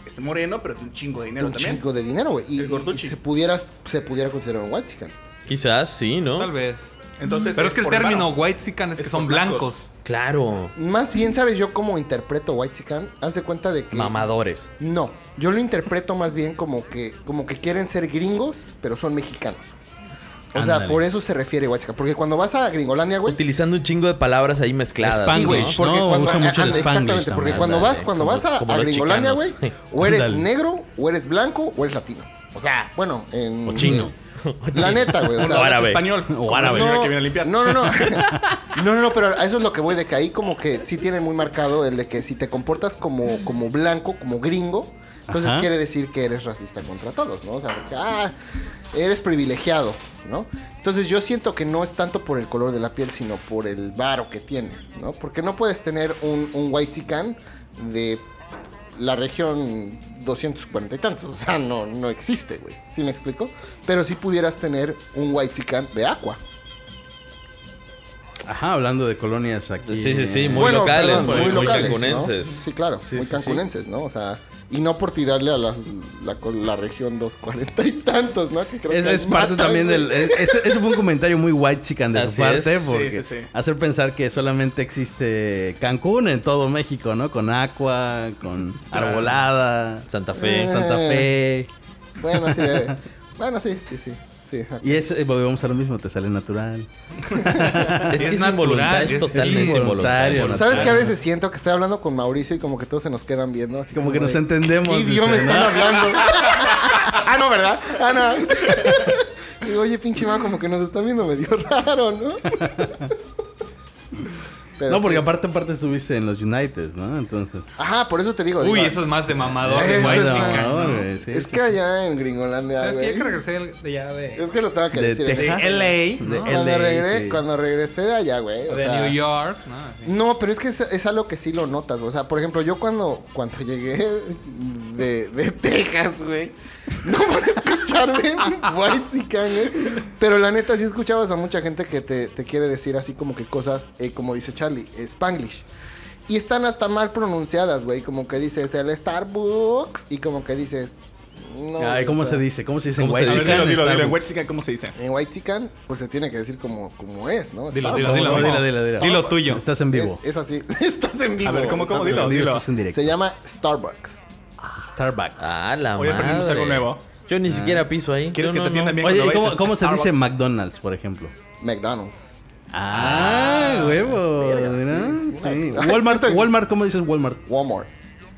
C: Está moreno, pero tiene un chingo de dinero
F: un
C: también.
F: chingo de dinero, güey. Y,
C: El gorduchi.
F: y se pudiera, se pudiera considerar un white chican.
B: Quizás, sí, ¿no?
E: Tal vez.
C: Entonces,
E: Pero es, que el
C: por
E: término
C: varo.
E: white sican es,
C: Es
E: que son
C: por blancos.
E: blancos.
B: Claro.
F: Más bien, ¿sabes yo cómo interpreto white chican? Haz de cuenta de que...
B: Mamadores.
F: No, yo lo interpreto más bien como que, como que quieren ser gringos, pero son mexicanos. O sea,
D: Ándale.
F: por eso se refiere white chican. Porque cuando vas a Gringolandia, güey,
B: Utilizando un chingo de palabras ahí mezcladas.
F: Sí, güey,
D: Spanglish,
F: porque
D: ¿no?
F: cuando,
D: Usa mucho el Spanglish
F: ándale, Exactamente, porque
D: también,
F: cuando
B: ándale,
F: vas, cuando
B: como-
F: vas a,
B: como
F: a
B: los
F: Gringolandia, güey,
B: chicanos.
F: o eres
D: Ándale.
F: negro, o eres blanco, o eres latino. O sea, bueno, en...
B: O chino.
F: <laughs> La neta, güey. O
B: Uno
F: sea,
B: árabe.
C: español.
D: O
C: como la
D: árabe.
C: señora que viene a limpiar.
F: No, no, no.
C: <laughs>
F: No, no, no, pero a eso es lo que voy de que ahí como que sí tienen muy marcado el de que si te comportas como, como blanco, como gringo, entonces
D: Ajá.
F: quiere decir que eres racista contra todos, ¿no? O sea, porque, ah, eres privilegiado, ¿no? Entonces yo siento que no es tanto por el color de la piel, sino por el varo que tienes, ¿no? Porque no puedes tener un, un white de la región 240 y tantos. <laughs> O sea, no, no existe, güey. ¿Sí me explico? Pero sí pudieras tener un white de agua.
D: Ajá, hablando de colonias aquí.
B: Sí, sí, sí,
D: eh,
B: muy locales, muy- muy
F: ¿no?
B: cancunenses.
F: Sí, claro,
D: Sí,
F: muy
D: sí, sí.
F: cancunenses, ¿no? O sea, y no por tirarle a las- la, col- la región 240 y tantos, ¿no? Que creo
D: Es,
F: que
D: es parte
F: matan,
D: también
F: güey.
D: del. es- Eso, eso fue un comentario muy white chican de tu
B: Así
D: parte,
B: es, sí,
D: porque
C: sí, sí.
D: hacer pensar que solamente existe Cancún en todo México, ¿no? Con Aqua, con Arbolada,
B: Santa Fe.
D: con Santa
F: Eh.
D: Fe.
F: Bueno, sí, eh,
D: <laughs>
F: bueno, sí, sí, sí. sí ajá.
D: Y es, eh, volvemos a lo mismo, te sale natural.
B: Es que
E: Es
B: es
E: natural,
B: involuntario,
E: es-
B: es
E: es
B: totalmente
D: involuntario,
B: involuntario.
D: natural.
F: ¿Sabes que a veces siento que estoy hablando con Mauricio y como que todos se nos quedan viendo? Así
D: Como que nos
F: de,
D: entendemos,
F: ¿Qué idioma
D: dice, ¿no?
F: están
D: <laughs>
F: hablando? ah, no, ¿verdad? Ah, no. <laughs> Digo, oye, pinche man, como que nos están viendo medio <laughs>
D: <laughs>
F: raro, ¿no? Pero
D: no, porque
F: sí.
D: aparte, aparte estuviste en los United, ¿no? Entonces.
F: Ajá, por eso te digo.
E: Uy,
F: digo,
E: eso es más de mamador
F: Eso
E: de
F: es
E: White
F: de
E: Chican.
D: mamador,
E: ¿no?
D: güey. Sí,
F: es
D: sí,
F: que
D: sí.
F: allá en Gringolandia,
E: ¿Sabes qué?
F: güey,
E: Yo creo que regresé del- de allá
F: Es
E: de,
F: que lo tengo que
D: De
F: decir. ¿eh?
E: de
D: Texas.
E: LA, ¿no?
D: De-
E: de,
F: Cuando,
D: LA,
F: regre-
D: sí.
F: cuando regresé de allá, güey. o sea,
E: New York, ¿no? Así.
F: No, pero es que es, es algo que sí lo notas. O sea, por ejemplo, yo cuando, cuando llegué de, de Texas, güey. No por escucharme <laughs> White güey. Pero la neta, sí escuchabas a mucha gente que te, te quiere decir así como que cosas, eh, como dice Charlie, Spanglish. Y están hasta mal pronunciadas, güey. Como que dices el Starbucks y como que dices. No,
D: Ay,
F: güey,
D: ¿cómo
F: o sea,
D: se dice? ¿Cómo se dice
B: ¿Cómo
D: en
B: se
D: white
C: A ver,
B: dice?
D: chican?
C: dilo, dilo, dilo. En
D: Starbucks.
C: White Chican, ¿cómo se dice?
F: En White pues se tiene que decir como, como es, ¿no?
E: Dilo, dilo,
F: Starbucks.
E: dilo,
D: Dilo,
E: dilo.
D: dilo, dilo.
E: Dilo tuyo.
D: Estás en vivo.
F: Es, es así. <laughs> Estás en vivo.
C: A ver, ¿cómo,
F: güey.
C: cómo?
F: Estás
C: Dilo,
F: en vivo.
C: dilo.
D: Estás en directo.
F: Se llama Starbucks.
D: Starbucks.
B: Ah, la
C: Oye,
B: madre.
C: aprendimos algo nuevo.
B: Yo ni siquiera piso ahí.
C: ¿Quieres
B: Yo
C: que te atiendan bien
D: Oye,
C: cuando
D: ¿y cómo,
C: vayas a
D: cómo se dice
C: Starbucks?
D: McDonald's, por ejemplo?
F: McDonald's.
D: Ah, huevo.
F: verga,
D: ¿verdad?
F: sí.
D: Sí.
F: <laughs> Ay,
D: Walmart,
F: estoy-
D: Walmart, ¿cómo dices Walmart?
F: Walmart.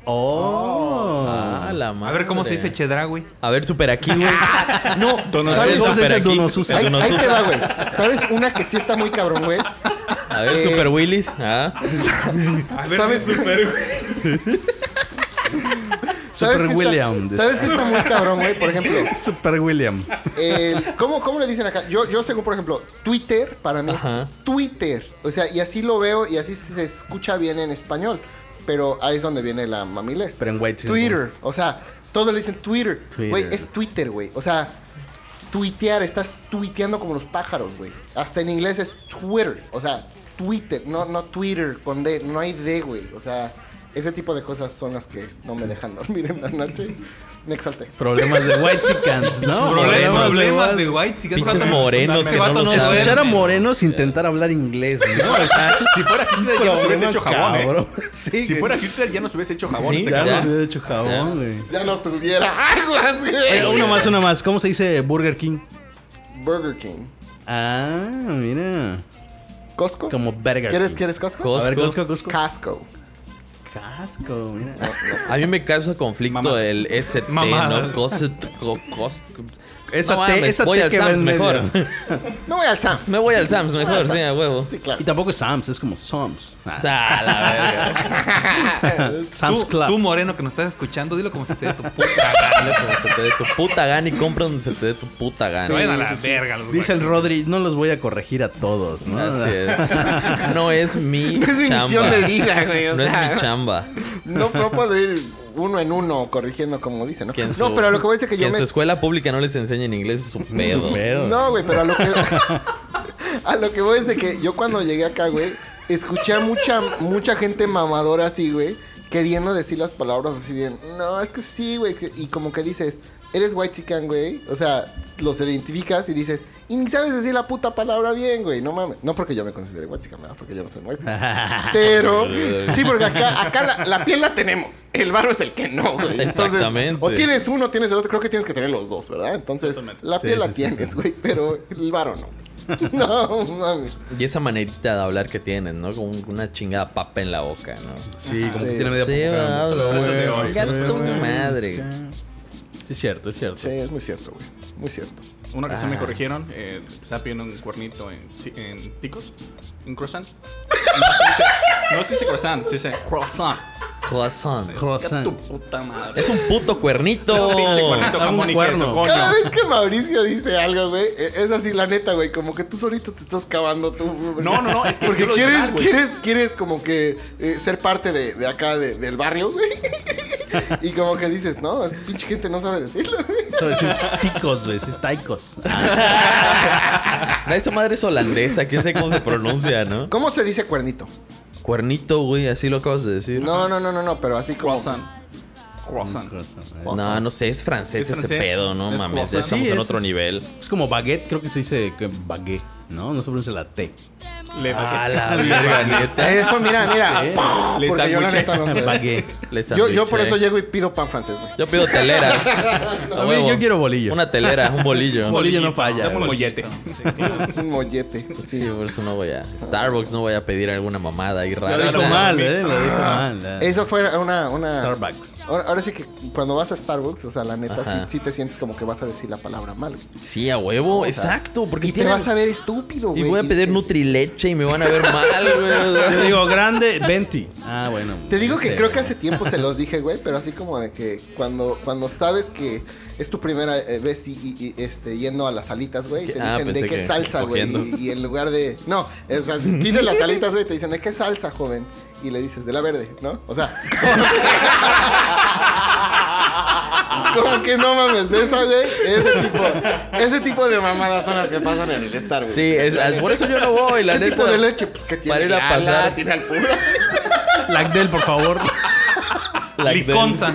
D: Oh.
B: Ah, la madre.
E: A ver cómo se dice Chedraui.
B: A ver, super aquí, güey.
F: <laughs> No,
B: ¿Sabes
F: ¿sabes?
D: cómo se
B: Super
D: dice
B: aquí?
D: Donosusa?
F: Ahí,
B: El
F: ahí te
B: Donosusa.
F: va, güey. ¿Sabes una que sí está muy cabrón, güey?
B: A ver,
F: Eh,
B: super Willis. Ah.
F: ¿Sabes? ¿Sabes
D: Super
F: que está-
D: William. <laughs>
F: ¿Sabes que está muy cabrón, güey? Por ejemplo,
D: Super William.
F: el- ¿cómo, ¿cómo le dicen acá? Yo, yo según, por ejemplo, Twitter, para mí
B: Ajá.
F: es Twitter. O sea, y así lo veo y así se escucha bien en español. Pero ahí es donde viene la mamilés.
D: Pero en white
F: Twitter. O sea, todos le dicen Twitter.
D: Twitter.
F: Güey, es Twitter, güey. O sea, tuitear, estás tuiteando como los pájaros, güey. Hasta en inglés es Twitter. O sea, Twitter, no, no Twitter con D, no hay D, güey. O sea, ese tipo de cosas son las que no me dejan dormir en la noche. Me exalté.
D: Problemas de white chicans, ¿no?
E: Problemas, problemas de
D: white
E: White Chican.
B: Pinches
E: Ese vato-
B: morenos
E: Ese
B: que no
E: vato
B: lo
E: no
B: saben.
E: duerme.
D: Escuchar a morenos intentar hablar inglés, ¿no? O sea, eso si fuera
C: Hitler, ya nos hubiese hecho jabón, ¿eh?
D: Sí,
C: Si fuera Hitler, ya nos hubiese hecho jabón.
B: Sí,
C: este
D: ya
C: cabrón.
D: nos hubiera hecho jabón, güey.
F: Ya no subiera <laughs> aguas,
B: Eh,
D: Oiga,
F: güey.
D: una más, una más. ¿Cómo se dice Burger King?
F: Burger King.
D: Ah, mira.
F: ¿Costco?
D: Como Burger
F: ¿Quieres,
D: King.
F: ¿Quieres Costco?
B: Cos-
D: A ver,
B: Costco.
D: Costco, Costco.
F: Casco.
D: Casco, mira.
B: A mí me causa conflicto
C: Mamadas.
B: el ST,
E: Mamadas.
B: ¿no? Cost, co- cost-
D: Esa
B: no
D: T-
B: mames,
D: esa
B: voy
D: T
B: al
D: que va
B: Sam's
D: en medio.
B: mejor.
F: Me voy al Sam's.
B: Me voy al Sam's mejor, sí, a huevo.
F: Sí, claro.
D: Y tampoco es Sam's, es como Sam's. Ah,
B: Ah, la verga.
D: Sam's
E: Tú-
D: Club.
E: Tú, moreno, que nos estás escuchando, dilo como se te dé
D: <laughs>
E: tu puta gana.
B: Dale como se te dé tu puta gana y compra donde se te dé tu puta
E: Se
B: gana.
E: vayan a la verga los
D: Dice
E: White
D: el Rodri, no los voy a corregir a todos, ¿no?
B: Así es. No es mi
F: <laughs> No es mi
B: chamba.
F: misión de vida, güey. o
B: No es
F: sea.
B: mi chamba.
F: No, no puedo ir uno en uno corrigiendo como dice, ¿no?
B: Que en su-
F: no, pero a lo que voy a decir que
B: que
F: yo
B: en
F: me...
B: su escuela pública no les enseñen inglés es
F: <laughs>
B: su pedo.
D: pedo.
F: No, güey, pero a lo que... <laughs> a lo que voy es de que yo cuando llegué acá, güey, escuché a mucha, mucha gente mamadora así, güey, queriendo decir las palabras así bien. No, es que sí, güey. que- Y como que dices, eres white chican, güey. O sea, los identificas y dices, y ni sabes decir la puta palabra bien, güey. No mames. No porque yo me considere white chican, ¿verdad? Porque yo no soy white chican. Pero, sí, porque acá, acá la, la piel la tenemos. El barro es el que no, güey. Entonces,
B: Exactamente.
F: o tienes uno, tienes el otro. Creo que tienes que tener los dos, ¿verdad? Entonces,
C: Totalmente.
F: la
D: Sí,
F: piel
D: sí,
F: la
D: sí, sí.
F: tienes, güey, pero el barro no. <laughs> No, mames.
B: Y esa manerita de hablar que tienen, ¿no? Como una chingada papa en la boca, ¿no?
D: Sí, como
F: Sí,
D: que tiene media
B: Sí, ah,
D: poca.
B: va,
D: Son las
B: güey.
D: fresas de hoy.
B: Venga,
D: Sí,
B: tu
D: güey.
B: madre.
D: Sí, es cierto, es cierto.
F: Sí, es muy cierto, güey. Muy cierto.
C: Una ocasión me corrigieron, eh, estaba pidiendo un cuernito en, ci- en picos, un croissant. <laughs> No se dice, no se dice croissant, se dice croissant.
B: Croissant.
C: Ya
D: Croissant.
C: tu puta madre.
B: Es un puto
C: <laughs>
B: cuernito.
C: Un pinche
D: dame
C: cuernito
D: un
C: jamón y
D: cuerno.
C: queso, <laughs> coño.
F: Cada vez que Mauricio dice algo, güey, e- es así la neta, güey. Como que tú solito te estás cavando tú. güey. <laughs>
C: No, no, no, es que
F: Porque
C: yo lo
F: quieres,
C: digo, güey.
F: quieres, quieres como que eh, ser parte de,
C: <laughs>
F: de acá, de- del barrio, güey. Y como que dices, no, esta pinche gente no sabe decirlo, güey.
D: Sobre decir ticos, güey. sí, taicos.
B: <laughs> No, <laughs> esa madre es holandesa, que sé cómo se pronuncia, ¿no?
F: ¿Cómo se dice cuernito?
B: Cuernito, güey, así lo acabas de decir.
F: No, no, no, no, no, pero así como.
C: Croissant. Croissant.
B: No, no sé, es francés
E: Es
B: ese
E: francés.
B: pedo, no
C: Es
B: mames,
C: croissant.
B: ya estamos
D: Sí,
B: en
D: es-
B: otro nivel.
D: Es como baguette, creo que se dice que baguette, ¿no? No se pronuncia la T.
C: Le
D: Ah,
B: A la verga, neta.
F: Eso, mira, mira.
D: ¿eh?
C: Le
F: Porque yo la
C: sanguché. <laughs>
F: neta no sé.
D: Baguette.
B: Le
F: Yo, yo por
B: sandwiché.
F: eso llego y pido pan francés, güey.
B: Yo pido
F: <laughs>
B: teleras. A
D: mí-
B: huevo.
D: yo quiero bolillo.
B: Una telera, un bolillo.
D: Bolillo no falla.
C: Dame un mollete.
B: <laughs>
F: Un mollete.
B: Sí, por eso no voy a. Starbucks no voy a pedir alguna mamada ahí rara.
D: Lo dijo
B: ¿no?
D: mal, ¿eh? Lo dijo mal. eh.
F: Eso fue una. una...
D: Starbucks.
F: Ahora, ahora sí que cuando vas a Starbucks, o sea, la neta,
B: Ajá.
F: sí, sí te sientes como que vas a decir la palabra mal. güey.
B: Sí, a huevo, exacto. Porque
F: Y te
B: tienen-
F: vas a ver estúpido,
B: Y
F: güey.
B: voy a pedir
F: te-
B: Nutrileche y me van a ver mal,
D: Yo
B: güey.
D: digo, grande, 20. Ah, bueno.
F: Te digo que
D: Sí.
F: creo que hace tiempo se
B: <laughs>
F: los dije, güey, pero así como de que cuando, cuando sabes que es tu primera eh, vez y, y- y, este, yendo a las salitas, güey, te
B: Ah,
F: dicen de
B: pensé
F: qué
B: que
F: salsa, güey.
B: cogiendo.
F: Y, y en lugar de. No, o sea, si pides las salitas, güey, te dicen de qué salsa, joven. Y le dices, de la verde, ¿no? O sea. <laughs> Como que no mames, esa, güey, ese tipo, ese tipo de mamadas son las que pasan en el Star, güey.
B: Sí, es- por eso yo no voy, la
F: ¿Qué
B: neta.
F: tipo de leche? Pues que tiene
B: Para ir a
F: Lala,
B: pasar.
F: tiene alpura.
D: Lactel, por favor.
B: La-
E: Liconza.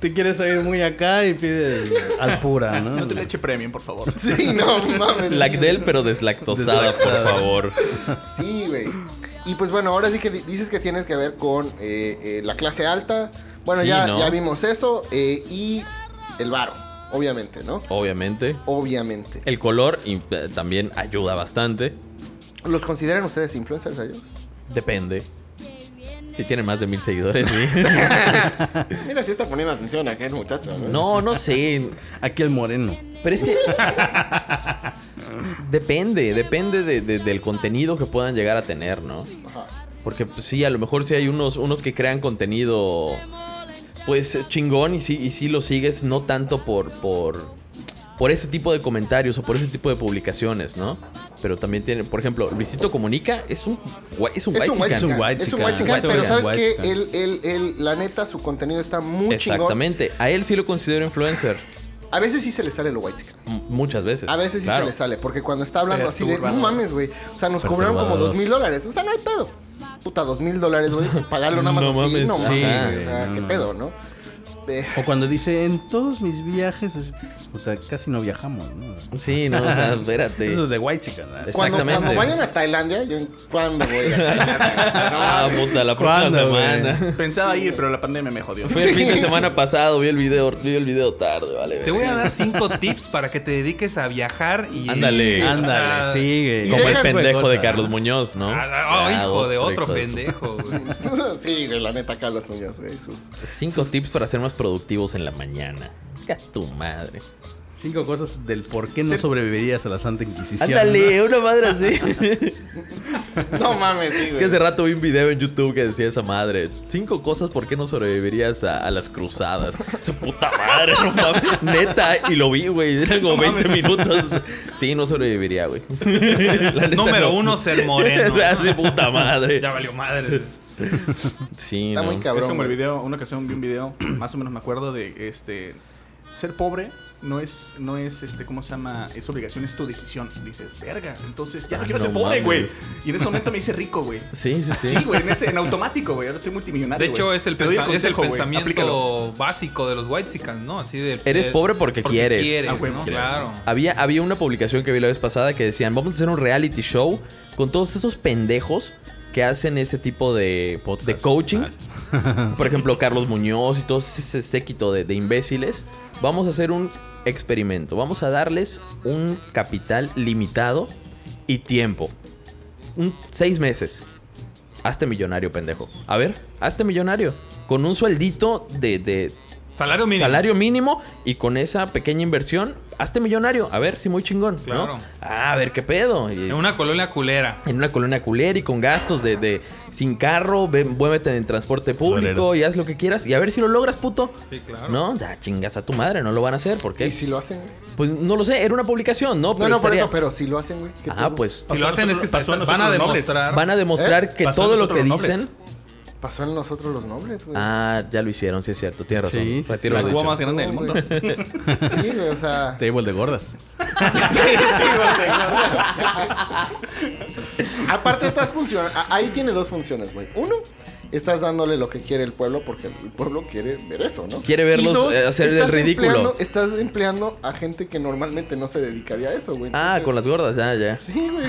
D: Te quieres oír muy acá y pides al pura, ¿no?
C: No te le eche premium, por favor.
F: <laughs> Sí, no mames.
B: Lacdel, pero deslactosada, por favor.
F: Sí, güey. Y pues bueno, ahora sí que di- dices que tienes que ver con eh, eh, la clase alta. Bueno,
B: Sí,
F: ya,
B: ¿no?
F: ya vimos eso. eh, y el varo, obviamente, ¿no?
B: Obviamente.
F: Obviamente.
B: El color y, eh, también ayuda bastante.
F: ¿Los consideran ustedes influencers a ellos?
B: Depende. Si tiene más de mil seguidores, sí.
F: <laughs>
B: <laughs>
F: Mira, sí está poniendo atención aquel muchacho, ¿no?
B: No, no sé.
D: Aquí el moreno.
B: Pero es que. depende, depende de- de- del contenido que puedan llegar a tener, ¿no?
F: Ajá.
B: Porque pues, sí, a lo mejor sí hay unos, unos que crean contenido pues chingón y sí, y sí lo sigues no tanto por, por, por ese tipo de comentarios o por ese tipo de publicaciones, ¿no? Pero también tiene, por ejemplo, Luisito Comunica es un gua- es un,
F: Es un
B: whitexican.
F: white
D: Es un
F: chican,
D: white
F: Es un
D: chican,
F: white chican,
D: white
F: pero
D: chican,
F: sabes
D: white
F: que
D: chican.
F: él, él, él, la neta, su contenido está muy chingón.
B: Exactamente. A él sí lo considero influencer.
F: A veces sí se le sale lo white chican.
B: M- Muchas veces.
F: A veces sí
B: claro.
F: se le sale, porque cuando está hablando así de, no
C: Perturbador.
F: mames, güey. O sea, nos cobraron como
B: Perturbador.
F: dos mil dólares. O sea, no hay pedo. Puta, dos mil
B: <laughs>
F: dólares, güey. Pagarlo nada más
B: No
F: así,
B: mames,
F: no
B: sí,
F: mames.
D: güey,
F: o sea,
D: no,
F: qué
D: no.
F: pedo, ¿no? Eh,
D: O cuando dice, en todos mis viajes, es- o sea, casi no viajamos, ¿no?
B: Sí, no, o sea,
F: <laughs>
B: espérate.
D: Eso es de White Chicken. ¿eh?
B: Es-
F: cuando,
B: Exactamente.
F: cuando vayan a Tailandia, yo cuando voy a Tailandia. No
B: Ah,
F: mames.
B: puta, la próxima
D: ¿Cuándo, güey?
B: semana.
C: Pensaba ir, pero la pandemia me jodió.
B: Fue el fin de semana pasado, vi el video, vi el video tarde, vale.
E: Te voy a dar cinco tips para que te dediques a viajar y.
B: Ándale.
D: Ándale,
E: o sea,
D: sigue.
B: Como el
F: Déjame
B: pendejo de
D: cosa.
B: Carlos Muñoz, ¿no?
E: Ah, ah,
B: Ah,
E: hijo de otro
B: hijo de su-
E: pendejo, güey.
F: <laughs> sí, güey, la neta, Carlos Muñoz, güey. sus-
B: Cinco tips para ser más productivos en la mañana. Venga tu madre.
D: Cinco cosas del por qué no sobrevivirías a la Santa Inquisición.
B: Ándale, una madre así.
D: <laughs>
F: No mames, sí,
B: es
F: güey.
B: que hace rato vi un video en YouTube que decía esa madre. Cinco cosas por qué no sobrevivirías a, a las cruzadas. Su puta madre, no mames. Neta, y lo vi, güey. Eran como 20 minutos. Sí, no sobreviviría,
E: <laughs>
B: güey. La neta,
E: Número
B: no.
E: uno, ser
B: <laughs>
E: moreno.
B: Así, é puta madre.
E: Ya valió madre.
B: Sí,
F: Está
B: ¿no?
F: muy
C: Es
F: cabrón.
C: como el
F: güey.
C: video, una ocasión vi un video, <clears throat> más o menos me acuerdo de este ser pobre no es no es este cómo se llama, es obligación, es tu decisión. Y dices, "Verga, entonces ya no
B: Ah,
C: quiero
B: no
C: ser pobre,
B: mames.
C: güey." Y en ese momento me hice rico, güey.
B: Sí, sí, sí.
C: Sí, güey, en, ese- en automático, güey. Ahora soy multimillonario.
E: De hecho,
C: güey.
E: es el,
C: Te doy
E: pensa- es el
C: consejo, güey,
E: pensamiento
C: aplícalo.
E: básico de los Whitesicans, ¿no? Así de.
B: Eres
E: de-
B: pobre porque quieres.
E: quieres,
C: Ah, güey,
E: ¿no?
C: claro.
E: Claro.
B: Había, había una publicación que vi la vez pasada que decían, vamos a hacer un reality show con todos esos pendejos que hacen ese tipo de, de coaching. Por ejemplo, Carlos Muñoz y todo ese séquito de, de imbéciles. Vamos a hacer un experimento. Vamos a darles un capital limitado y tiempo. Un- seis meses. Hazte millonario, pendejo. A ver, hazte millonario. Con un sueldito de- de
E: Salario mínimo.
B: Salario mínimo y con esa pequeña inversión, hazte millonario. A ver, si muy chingón. ¿no? Ah,
E: Claro.
B: A ver qué pedo. Y-
E: En una colonia culera.
B: en una colonia culera y con gastos de, de- sin carro, ve, muévete en transporte público
D: Culero.
B: y haz lo que quieras. Y a ver si lo logras, puto.
E: Sí, claro.
B: No, da chingas a tu madre, no lo van a hacer. ¿Por qué?
F: ¿Y si lo hacen? güey?
B: Pues no lo sé, era una publicación, ¿no?
F: No, no, por
B: estaría-
F: eso, pero si lo hacen, güey. ¿qué
B: Ah,
F: pedo?
B: pues.
E: Si lo hacen es que
C: Pasó a
E: van
C: nosotros
E: a
C: los nobles.
E: demostrar.
B: Van a demostrar que
C: Pasó a
B: todo lo que
F: Pues
C: nosotros los
B: dicen.
C: nobles.
F: Pasó en nosotros los nobles, güey.
B: Ah, ya lo hicieron, sí es cierto. Tienes razón.
D: Sí, sí,
B: Retiro
D: sí.
B: lo
C: La
B: dicho.
C: cuba más grande del mundo.
F: Sí, güey,
B: <laughs>
F: o sea.
D: Table de gordas.
F: Aparte estas funciones, a- ahí tiene dos funciones, güey. Uno, estás dándole lo que quiere el pueblo porque el pueblo quiere ver eso, ¿no?
B: Quiere verlos, eh, hacer el
F: estás
B: ridículo.
F: empleando- estás empleando a gente que normalmente no se dedicaría a eso, güey.
B: Ah,
F: Entonces,
B: con las gordas, ya, ya.
F: Sí, güey.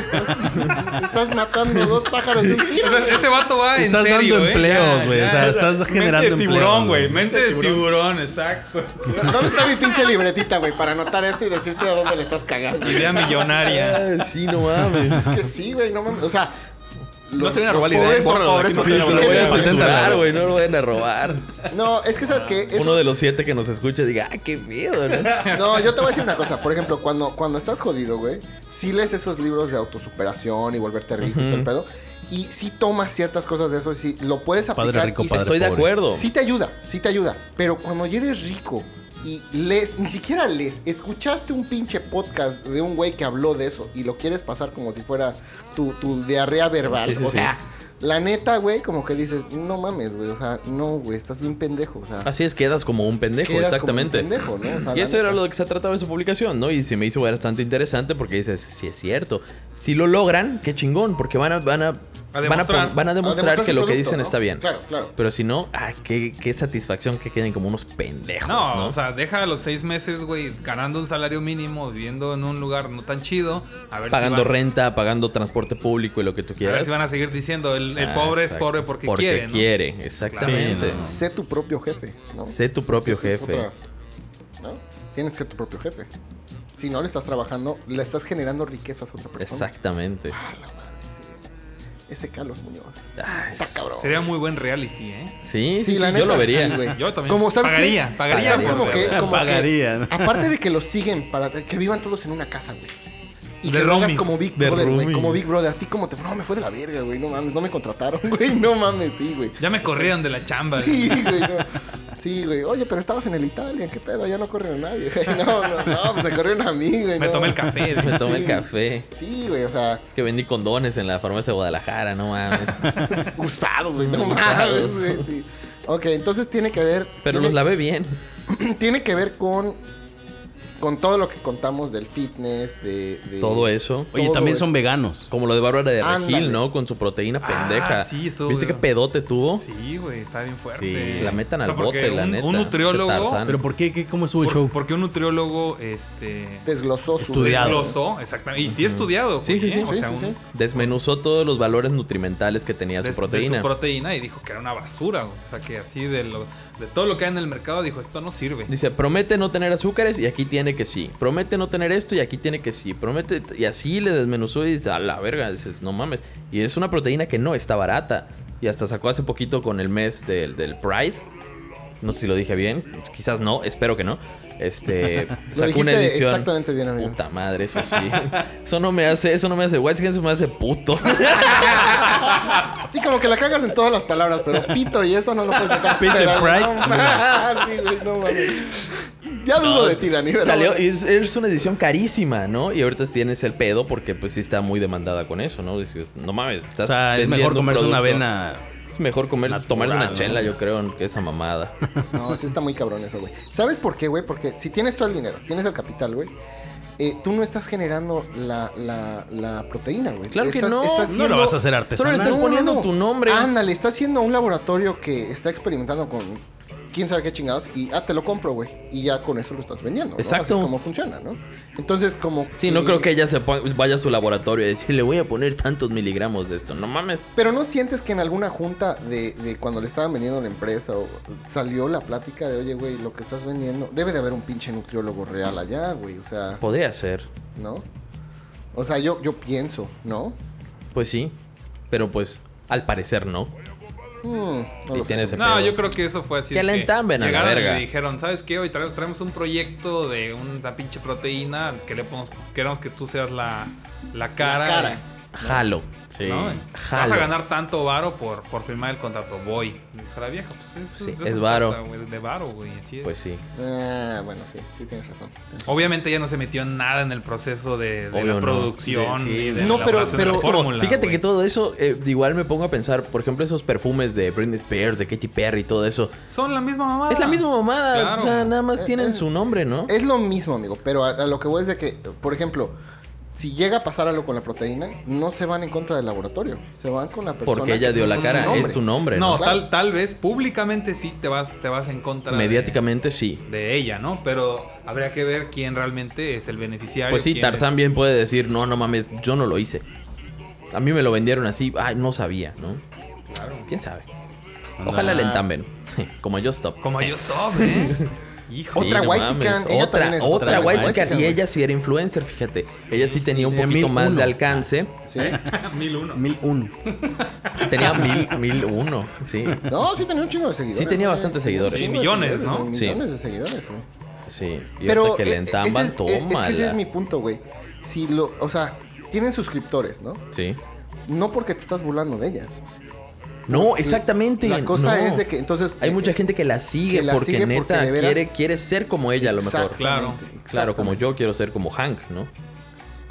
F: Estás <laughs> matando dos pájaros de un tiro.
E: O sea, ese vato va en
D: Estás dando
E: serio, ¿eh?
D: empleos,
E: Ya,
D: güey,
E: ya,
D: o sea, estás generando
E: Mente de tiburón,
D: empleos,
E: güey.
D: güey.
E: Mente de tiburón, exacto.
F: ¿Dónde está mi pinche libretita, güey? Para anotar esto y decirte a dónde le estás cagando.
E: Idea millonaria.
B: Ah, sí, no mames.
F: Es que sí, güey, no mames. O sea,
C: No te vayan a robar la idea,
F: pobres,
C: bórralo de
F: pobres
C: aquí,
F: son
C: sí, te
B: No
C: lo
F: <laughs>
B: lo
F: inteligentes.
B: vayan a
D: Inténtalo.
B: censurar, güey. No lo vayan a robar.
F: No, es que sabes que
B: Uno de los siete que nos escucha diga, ah, qué miedo, ¿no?
F: <laughs> No, yo te voy a decir una cosa. Por ejemplo, cuando, cuando estás jodido, güey, sí lees esos libros de autosuperación y volverte rico y todo el pedo. Y sí tomas ciertas cosas de eso y sí lo puedes aplicar.
D: Padre rico,
F: y sí-
D: padre
B: Estoy de
D: pobre.
B: acuerdo.
F: Sí te ayuda, sí te ayuda. Pero cuando ya eres rico y lees, ni siquiera lees, escuchaste un pinche podcast de un güey que habló de eso y lo quieres pasar como si fuera tu, tu diarrea verbal.
B: Sí, sí,
F: o
B: sí.
F: sea, la neta, güey, como que dices, no mames, güey. O sea, no, güey, estás bien pendejo. O sea,
B: Así es, quedas como un Ah, pendejo,
F: quedas como un
B: exactamente.
F: pendejo, ¿no? O sea,
B: Y
F: la
B: eso era
F: neta.
B: lo que se trataba de su publicación, ¿no? Y se me hizo bastante interesante porque dices, sí es cierto. Si lo logran, qué chingón, porque van a, van a, van a
E: demostrar.
B: pon- van a demostrar
F: demostrar
B: que
F: su
B: lo que
F: Ah, producto,
B: dicen
F: ¿no?
B: está bien.
F: Claro, claro.
B: Pero si no, ah, qué, qué satisfacción que queden como unos pendejos, ¿no?
E: No, o sea, deja a los seis meses, güey, ganando un salario mínimo, viviendo en un lugar no tan chido. A ver
B: pagando
E: si van,
B: renta, pagando transporte público y lo que tú
E: A
B: quieras.
E: ver si van a seguir diciendo, el, el
B: Ah,
E: pobre es
B: exacto.
E: pobre porque,
B: porque
E: quiere. ¿no?
B: exactamente.
D: Sí, no,
F: Sé tu propio jefe, ¿no?
B: Sé tu propio
F: Esta es
B: jefe.
F: otra, ¿no? Tienes que ser tu propio jefe. Si no le estás trabajando, le estás generando riquezas a otra persona.
B: Exactamente.
F: Ese Carlos Muñoz.
E: Ah,
B: Ay,
F: Está cabrón.
E: Sería muy buen reality, ¿eh?
B: sí, sí,
F: Sí, la
B: sí, yo
F: neta
B: lo
F: sí,
B: vería.
F: güey.
E: Yo también.
F: Como sabes
E: Pagaría,
F: qué?
E: pagaría
F: ¿Sabes
E: por
F: como
E: verlo.
F: que, como que-
D: Pagaría, ¿no?
F: aparte de que los siguen para que vivan todos en una casa, güey. Y
E: De
F: que lo hagas
E: roomies.
F: como Big
D: De
F: Brother, güey,
D: roomies.
F: como Big Brother, a ti como te fue, no me fue de la verga, güey, no mames, no me contrataron, <laughs> güey, no mames, sí, güey.
E: Ya me corrieron de la chamba.
F: Sí, güey, no. Sí, güey. Oye, pero estabas en el Italia, ¿qué pedo? Ya no corrieron a nadie, <laughs> güey. No, no, no, pues se corrieron a mí, güey.
E: Me
F: no.
E: tomé el café.
B: <laughs>
E: dije.
B: Me tomé el café.
F: Sí, güey, o sea,
B: Es que vendí condones en la farmacia de Guadalajara, no
F: <laughs>
B: mames.
F: usados, güey, no
B: Usados.
F: mames, güey, sí. Ok, entonces tiene que ver.
B: Pero los
F: tiene,
B: lavé bien.
F: <clears throat> tiene que ver con. Con todo lo que contamos del fitness, de. de-
B: Todo eso.
D: Oye,
F: Todo
D: también
F: es-
D: son veganos.
B: Como lo de Bárbara de
F: Ándale.
B: Regil, ¿no? Con su proteína
E: Ah,
B: pendeja.
E: sí, estuvo-
B: ¿Viste qué pedote tuvo?
E: <laughs> Sí, güey, está bien fuerte.
B: Sí, se la metan al
E: porque
B: bote, la
E: un,
B: neta.
E: Un
B: Pinche
E: nutriólogo.
B: Tarzán.
D: ¿Pero por qué? ¿Qué- ¿Cómo estuvo el
E: por-
D: show?
E: porque un nutriólogo, este.
F: Desglosó su.
D: Estudiar. Estudiado.
E: desglosó, exactamente. Y sí estudiado.
B: Sí,
E: güey,
B: sí, sí,
E: ¿eh? O
F: sí,
E: sea,
F: sí, sí.
E: un-
B: Desmenuzó todos los valores nutrimentales que tenía
E: de,
B: su
E: su- de
B: proteína.
E: su proteína y dijo que era una basura. güey. O sea, que así de, lo, de todo lo que hay en el mercado dijo, esto no sirve.
B: Dice, promete no tener azúcares y aquí tiene que sí. Promete no tener esto y aquí tiene que sí. Promete. Y así le desmenuzó y dice, a la verga. Dices, no mames. Y es una proteína que no está barata. Y hasta sacó hace poquito con el mes del, del Pride. No sé si lo dije bien. Quizás no. Espero que no.
F: <laughs>
B: Este.
F: Lo
B: sacó
F: dijiste
B: una edición.
F: exactamente bien, amigo.
B: Puta madre, eso sí. <laughs> Eso no me hace, eso no me hace white skin, eso me hace
F: <laughs>
B: puto.
F: Sí, como que la cagas en todas las palabras, pero pito y eso no lo puedes dejar.
D: Peter
F: Pero,
D: Pride.
F: No, mames, <laughs> sí, güey, no mames. Ya dudo de ti, Dani. <laughs> pero
B: Salió,
F: bueno.
B: y es, es una edición carísima, ¿no? Y ahorita tienes el pedo porque pues sí está muy demandada con eso, ¿no? Dices, no mames,
D: O
B: estás
D: sea, es
B: vendiendo
D: mejor
B: un
D: comerse una
B: producto.
D: avena.
B: Es mejor comer,
D: natural,
B: tomarse una
D: ¿no?
B: chela, yo creo, que esa
F: <laughs>
B: mamada.
F: No, sí está muy cabrón eso, güey. ¿Sabes por qué, güey? Porque si tienes todo el dinero, tienes el capital, güey. eh, tú no estás generando la, la, la proteína, güey.
B: Claro que
F: Estás-
B: no.
F: estás
D: No
F: siendo-
D: lo vas a hacer
B: Solo le
D: artesanal.
B: estás
F: No,
B: poniendo
F: no, no.
B: tu nombre.
F: Ándale, estás haciendo un laboratorio que está experimentando con quién sabe qué chingados y ah, te lo compro, güey. Y ya con eso lo estás vendiendo. ¿no?
B: Exacto.
F: Así es como funciona, ¿no? Entonces, como.
B: Sí, no creo que ella se pon- vaya a su laboratorio y decir, le voy a poner tantos miligramos de esto. No mames.
F: Pero no sientes que en alguna junta de, de cuando le estaban vendiendo la empresa o salió la plática de, oye, güey, lo que estás vendiendo. Debe de haber un pinche nutriólogo real allá, güey. O sea,
B: Podría ser.
F: ¿no? O sea, yo, yo pienso, ¿no?
B: Pues sí. Pero pues, al parecer no.
F: Hmm, no
B: Y
F: lo sé.
B: tienes el
E: No,
B: pedo.
E: yo creo que eso fue así.
B: Que la entamben a la
E: llegaron
B: verga.
E: y dijeron, ¿sabes qué? Hoy traemos, traemos un proyecto de una pinche proteína que le podemos- queremos que tú seas la, la cara.
F: La cara.
B: Jalo.
D: Sí.
E: ¿no? Vas
B: Jalo.
E: a ganar tanto varo por, por firmar el contrato. Voy. Dijo la vieja, pues eso-
B: Sí,
E: de eso
B: es
E: se
B: varo.
E: trata, güey, de varo, güey. así es.
B: Pues sí.
F: Ah, bueno, sí, sí tienes razón.
E: Obviamente ella no se metió en nada en el proceso de, de
B: Obvio
E: la
B: no.
E: producción.
B: Sí, sí.
E: ni de
F: No,
E: la
F: pero-
E: elaboración de
F: pero-
E: la
F: Es
B: Como,
E: fórmula,
B: fíjate
E: güey.
B: que todo eso, eh, igual me pongo a pensar, por ejemplo, esos perfumes de Britney Spears, de Katy Perry y todo eso.
E: Son la misma mamada.
B: Es la misma mamada,
E: Claro.
B: o sea, nada más
F: Ah, Eh,
B: tienen
F: eh,
B: su nombre, ¿no?
F: Es lo mismo, amigo, pero a, a lo que voy es de que, por ejemplo, si llega a pasar algo con la proteína, no se van en contra del laboratorio, se van con la persona.
B: Porque ella
F: que
B: dio la
F: tiene
B: cara,
F: un
B: es su nombre,
E: No,
B: ¿no?
F: Claro.
E: tal, tal vez públicamente sí te vas, te vas en contra. de-
B: Mediáticamente sí.
E: de ella, ¿no? Pero habría que ver quién realmente es el beneficiario.
B: Pues sí,
E: quién es-
B: Tarzán bien puede decir, no, no mames, yo no lo hice. A mí me lo vendieron así, ay, no sabía, ¿no? ¿Quién sabe? Ojalá le entamben, <laughs> como yo stop.
E: Como yo stop,
B: <laughs>
E: ¿eh? Hijo.
F: Otra
B: guaychican,
F: Whitexican, ella
B: otra,
F: también es
B: otra
F: otra
B: whitexican,
F: whitexican,
B: y
F: güey.
B: ella sí era influencer, fíjate. Ella sí tenía un
D: sí,
B: poquito más
D: 1001.
B: de alcance.
F: Sí.
E: <laughs> Mil uno.
D: 1001.
F: <laughs>
B: Tenía mil, mil uno, sí.
F: No, sí tenía un chingo de seguidores.
B: Sí tenía
F: güey.
B: bastantes seguidores.
F: Sí,
E: millones, ¿no?
B: Sí.
F: Millones de seguidores, güey.
B: Sí. Y
F: Pero
B: ahorita que le
F: eh,
B: entamban,
F: ese es, eh, es que ese
B: tómala.
F: es mi punto, güey. Si lo, o sea, tienen suscriptores, ¿no?
B: Sí.
F: No porque te estás burlando de ella.
B: No, exactamente.
F: La cosa
B: no.
F: es de que entonces
B: Hay
F: eh,
B: mucha
F: eh,
B: gente que la sigue
F: que la
B: porque
F: sigue porque
B: neta
F: de veras-
B: quiere, quiere ser como ella a lo mejor.
F: Exactamente,
E: Claro.
B: Claro, como
F: exactamente.
B: yo quiero ser como Hank, ¿no?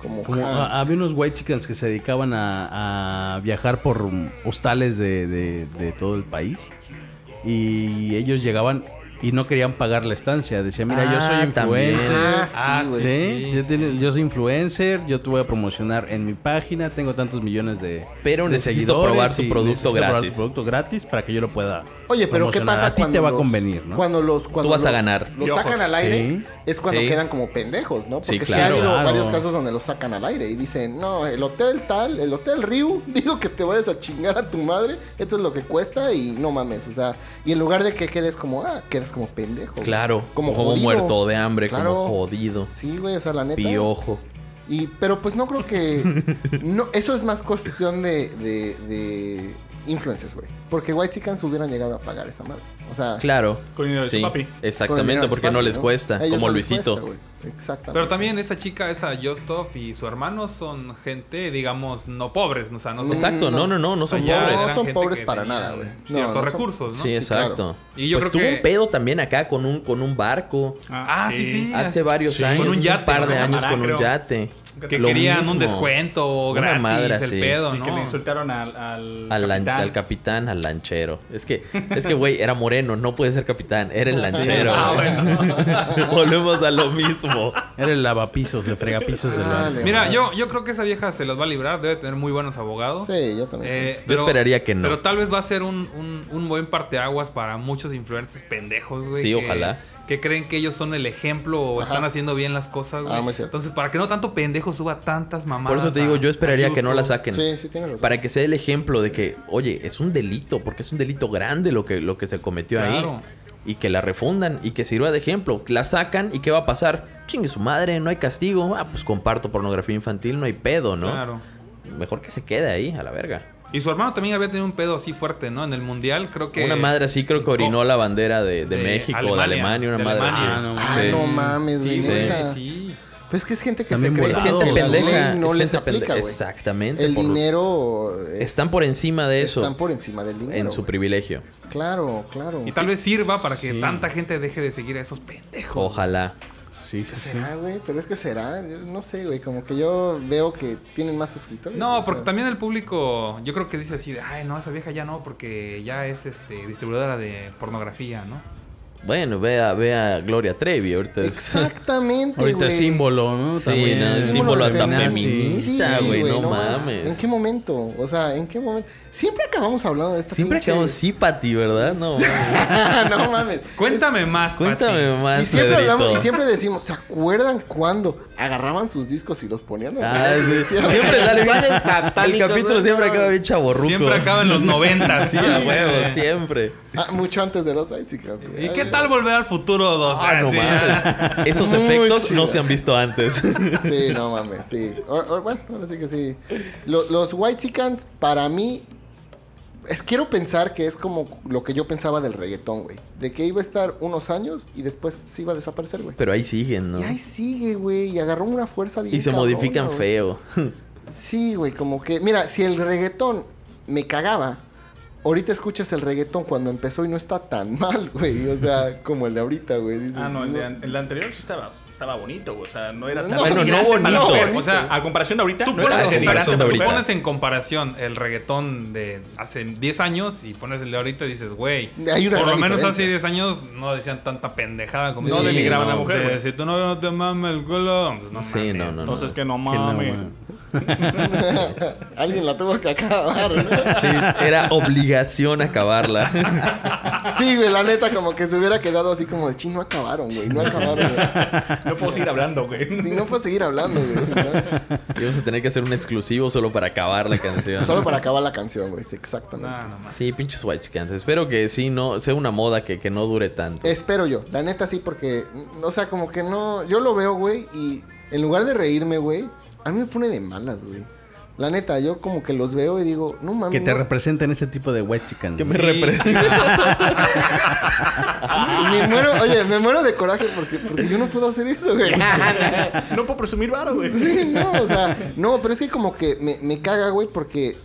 F: Como,
D: Como,
F: Hank.
D: a- había unos white chickens que se dedicaban a, a viajar por um, hostales de, de- de todo el país. Y ellos llegaban y no querían pagar la estancia. Decían, mira, yo soy
B: Ah, también.
D: influencer.
F: Ah, sí,
E: Ah,
F: güey.
D: Sí,
E: sí,
D: yo,
E: sí.
D: tiene- yo soy influencer, yo te voy a promocionar en mi página, tengo tantos millones de
B: Pero
D: de
B: necesito
D: seguidores
B: probar tu
D: y
B: producto
D: necesito probar tu
B: gratis.
D: producto gratis para que yo lo pueda
F: Oye, pero ¿qué
D: promocionar.
F: pasa
D: A ti te
F: cuando
D: va a
F: los-
D: convenir, ¿no?
F: Cuando los cuando
B: vas a
F: los-
B: ganar.
F: Los
E: Piojos.
F: sacan al aire
D: Sí.
F: es cuando
B: Sí.
F: quedan como pendejos, ¿no? Porque
B: Sí,
F: sí, ha
B: claro.
F: habido
D: Claro.
F: varios casos donde los sacan al aire y dicen, "No, el hotel tal, el hotel Riu, <laughs> digo que te vayas a chingar a tu madre, esto es lo que cuesta y no mames", o sea, y en lugar de que quedes como, ah, quedas como pendejo. güey.
B: Claro. Como,
F: jodido.
B: muerto de hambre,
F: Claro.
B: como jodido.
F: Sí, güey, o sea, la neta.
B: Piojo.
F: Y, pero pues no creo
B: <laughs>
F: que. no, eso es más cuestión de, de, de influencers, güey. Porque White Chickens hubieran llegado a pagar esa madre. O sea,
B: Claro.
C: Con dinero de su papi.
F: Ah. con el dinero
B: Exactamente,
F: de
B: porque
F: su
B: no
F: papi,
B: les cuesta,
F: Ellos
B: como
F: no les
B: Luisito.
F: cuesta, güey. Exactamente.
E: Pero también esa chica, esa Jostov y su hermano son gente, digamos, no pobres, o sea, no son
B: Exacto, no, no, no, no
E: o sea,
B: son
E: ya
B: pobres.
E: eran
F: No son
E: gente
F: pobres
E: que
F: para
E: tenían
F: nada, güey. No,
E: Ciertos
F: no son-
E: recursos, ¿no?
B: Sí,
F: Sí,
B: exacto.
F: claro.
E: Y yo
B: pues
E: creo
B: tuvo
E: que-
B: un pedo también acá con un, con un barco.
E: Ah, sí, sí.
B: Hace varios
E: Sí,
B: años,
E: con un
B: un,
E: yate,
B: par
E: ¿no?
B: de
E: Una
B: años con
E: maraca,
B: un
E: creo.
B: yate.
E: Que
B: Lo
E: querían un
B: mismo.
E: descuento
B: Una
E: gratis,
B: madre
E: el
B: así.
E: pedo,
C: Y
E: ¿no?
C: que le insultaron al, al,
B: Al, lan-
C: capitán.
B: al capitán, al lanchero. Es
E: <laughs>
B: que, es que, güey, era moreno, no puede ser capitán, era el lanchero.
E: Ah,
B: <laughs> Volvemos a lo mismo.
D: Era el lavapisos, de fregapisos del
F: Dale,
D: barrio.
F: güey.
E: Mira, yo, yo creo que esa vieja se los va a librar, debe tener muy buenos abogados.
F: Sí, yo también.
E: Eh,
B: Yo esperaría que no.
E: Pero tal vez va a ser un, un, un buen parteaguas para muchos influencers pendejos, güey.
B: Sí,
E: que-
B: ojalá.
E: Que creen que ellos son el ejemplo o
F: Ajá.
E: están haciendo bien las cosas, güey.
F: Ah, muy cierto.
E: Entonces, para que no tanto pendejo suba tantas mamadas.
B: Por eso te digo,
E: a-
B: yo esperaría
E: a
B: que no la
E: YouTube.
B: saquen.
F: sí, sí, tienes razón.
B: Para que sea el ejemplo de que, oye, es un delito, porque es un delito grande lo que, lo que se cometió ahí.
E: Claro.
B: Y que la refundan y que sirva de ejemplo. La sacan y ¿qué va a pasar? Chingue su madre, no hay castigo. Ah, pues comparto pornografía infantil, no hay pedo, ¿no?
E: Claro.
B: Mejor que se quede ahí, a la verga.
E: Y su hermano también había tenido un pedo así fuerte, ¿no? En el mundial, creo que.
B: Una madre así creo que orinó la bandera de, de
E: Sí,
B: México, de Alemania,
E: Alemania,
B: una
E: de
B: madre
E: Alemania.
B: así.
D: Ah,
F: Ah,
B: Sí.
F: no mames,
E: Sí,
F: güey.
B: Sí.
F: neta.
E: güey, sí.
F: Pues es que es gente que
D: Están
F: se
D: bien
F: cree
D: volados.
F: que
D: Es gente
F: la
B: pendeja,
F: ley no
B: es
F: les
B: gente
F: aplica,
B: pendeja.
F: güey.
B: Exactamente,
F: El
B: por-
F: dinero... es-
B: Están por encima de eso.
F: Están por encima del dinero,
B: en su
F: güey.
B: privilegio.
F: Claro, claro.
E: Y tal vez sirva para que tanta gente deje de seguir a esos pendejos.
B: Ojalá.
D: Sí,
B: Pues
D: sí, sí.
F: Será, güey, pero es que será, Yo no sé, güey, como que yo veo que tienen más suscriptores. o
E: No,
F: sea.
E: porque también el público, yo creo que dice así, de, ay, no, esa vieja ya no, porque ya es este distribuidora de pornografía, ¿no?
B: Bueno, vea, vea Gloria Trevi ahorita. es-
F: Exactamente, güey.
D: Ahorita es símbolo, ¿no?
B: Sí, no, es símbolo
F: de
B: hasta
F: feminazi.
B: feminista,
F: Sí,
B: güey, no
F: mames.
B: mames.
F: ¿En qué momento? O sea, ¿en qué momento? Siempre acabamos hablando de esta
B: Siempre
F: pinche-
B: acabamos sí, Pati, ¿verdad? No, mames.
F: <laughs>
B: <laughs>
F: no mames.
E: Cuéntame más,
B: cuéntame
E: Pati.
B: más,
F: Y siempre
B: Pedrito.
F: hablamos y siempre decimos, ¿se acuerdan cuando agarraban sus discos y los ponían?
B: Ah, sí.
F: <laughs>
B: Siempre sale bien. El
F: satánicos,
B: capítulo
F: güey,
B: siempre
F: no.
B: acaba bien chaborruco.
E: Siempre acaba en los 90,
B: Sí, a huevo, siempre.
F: Ah, mucho antes de los White Chicas. güey.
E: ¿Y qué tal volver al futuro 2?
B: Ah, no mames. Esos
F: Muy
B: efectos no
F: chido.
B: se han visto antes. <laughs>
F: <laughs> Sí, no mames, sí. O- o- bueno, ahora sí que sí. Lo- los White Chicans, para mí, es, quiero pensar que es como lo que yo pensaba del reggaetón, güey. De que iba a estar unos años y después se iba a desaparecer, güey.
B: Pero ahí siguen, ¿no?
F: Y ahí sigue, güey. Y agarró una fuerza bien.
B: Y se
F: cabrona,
B: modifican
F: güey.
B: feo.
F: Sí, güey, como que. Mira, si el reggaetón me cagaba, ahorita escuchas el reggaetón cuando empezó y no está tan mal, güey. O sea, como el de ahorita, güey. dices,
C: Ah, no, el, de an- el anterior sí estaba, estaba bonito, güey. O sea, no era
F: No,
C: tan.
F: bueno, no
C: denigrante para
B: bonito.
C: mujer.
E: O
C: O
E: sea,
C: sea, a comparación de ahorita,
E: Tú
C: no era
E: pones, o
C: tan
E: sea,
B: denigrante
E: espérate,
C: denigrante
B: comparación Ah, de
E: tú
C: para
B: ahorita.
E: pones en comparación el reggaetón de hace 10 años y pones el de ahorita y dices, güey,
F: Hay una
E: por lo
F: gran
E: menos
F: diferencia.
E: hace 10 años no decían tanta pendejada como
C: No
E: Sí,
C: denigraban a la mujer,
E: de
C: güey.
E: Si tu novio no te mama el culo, pues no
B: Sí,
E: mames.
B: no, no, no.
C: Entonces que no
D: Que no,
C: mames.
D: bueno.
F: <laughs> Alguien la tuvo que acabar, ¿no? <laughs>
B: Sí, era obligación acabarla. <laughs>
F: Sí, güey, la neta, como que se hubiera quedado así como de chino, acabaron, güey. No acabaron,
C: <laughs>
F: güey.
C: No puedo seguir hablando, güey.
F: Si no puedes seguir hablando, güey. ¿no?
B: Íbamos a tener que hacer un exclusivo solo para acabar la canción.
F: Solo para acabar la canción, güey. sí, Exactamente.
E: No, no mames.
B: Sí, pinches white scans. Espero que sí, no, sea una moda que, que no dure tanto.
F: Espero yo, la neta sí, porque, mm, o sea, como que no, yo lo veo, güey, y en lugar de reírme, güey, a mí me pone de malas, güey. La neta, yo como que los veo y digo, no mames.
D: Que te
F: no.
D: representen ese tipo de white chickens.
B: Que me
E: Sí.
B: <laughs> representa.
F: Y me muero, oye, me muero de coraje porque, porque yo no puedo hacer eso, güey.
C: <laughs> No puedo presumir varo, güey.
F: Sí, no, o sea, no, pero es que como que me, me caga, güey, porque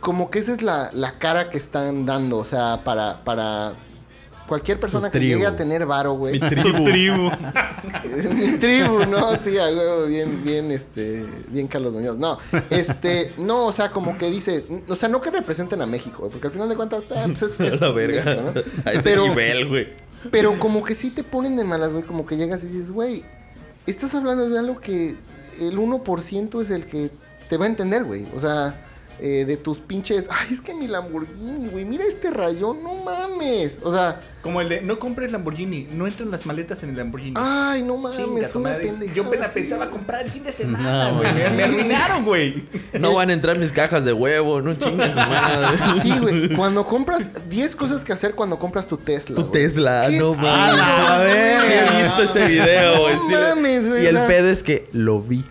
F: como que esa es la, la cara que están dando, o sea, para, para cualquier persona
D: Tu
F: que llegue
D: tribu.
F: a tener varo, güey.
E: Tu tribu.
F: <laughs> Mi tribu, ¿no? Sí, a huevo, bien, bien, este, bien Carlos Muñoz. No, este, no, o sea, como que dice, n- o sea, no que representen a México, porque al final de cuentas, ah,
B: <laughs>
F: pues es, es
B: la verga.
F: México, ¿no?
B: A ese
F: Pero-
B: nivel, güey.
F: Pero como que sí te ponen de malas, güey, como que llegas y dices, güey, estás hablando de algo que el 1% es el que te va a entender, güey. O sea, eh, de tus pinches, ay, es que mi Lamborghini, güey, mira este rayón, no mames. O sea,
C: Como el de no compres Lamborghini, no entran las maletas en el Lamborghini.
F: ay, no mames,
C: Chinga tu
F: Ah, una
C: madre.
F: pendejada.
C: Yo la
F: así,
C: pensaba
F: güey.
C: comprar el fin de semana,
D: No,
C: güey. me, me arruinaron, güey.
B: No van a entrar mis cajas de huevo, no
F: <laughs>
B: chingas, madre.
F: Sí, güey. Cuando compras 10 cosas que hacer cuando compras tu Tesla.
B: Tu
F: güey.
B: Tesla,
F: ¿Qué?
B: no mames.
F: Ah, la
B: Sí,
F: verga.
B: he visto ese video, güey.
F: No
B: sí lo-
F: mames, güey,
B: Y el
F: la-
B: pedo es que lo vi.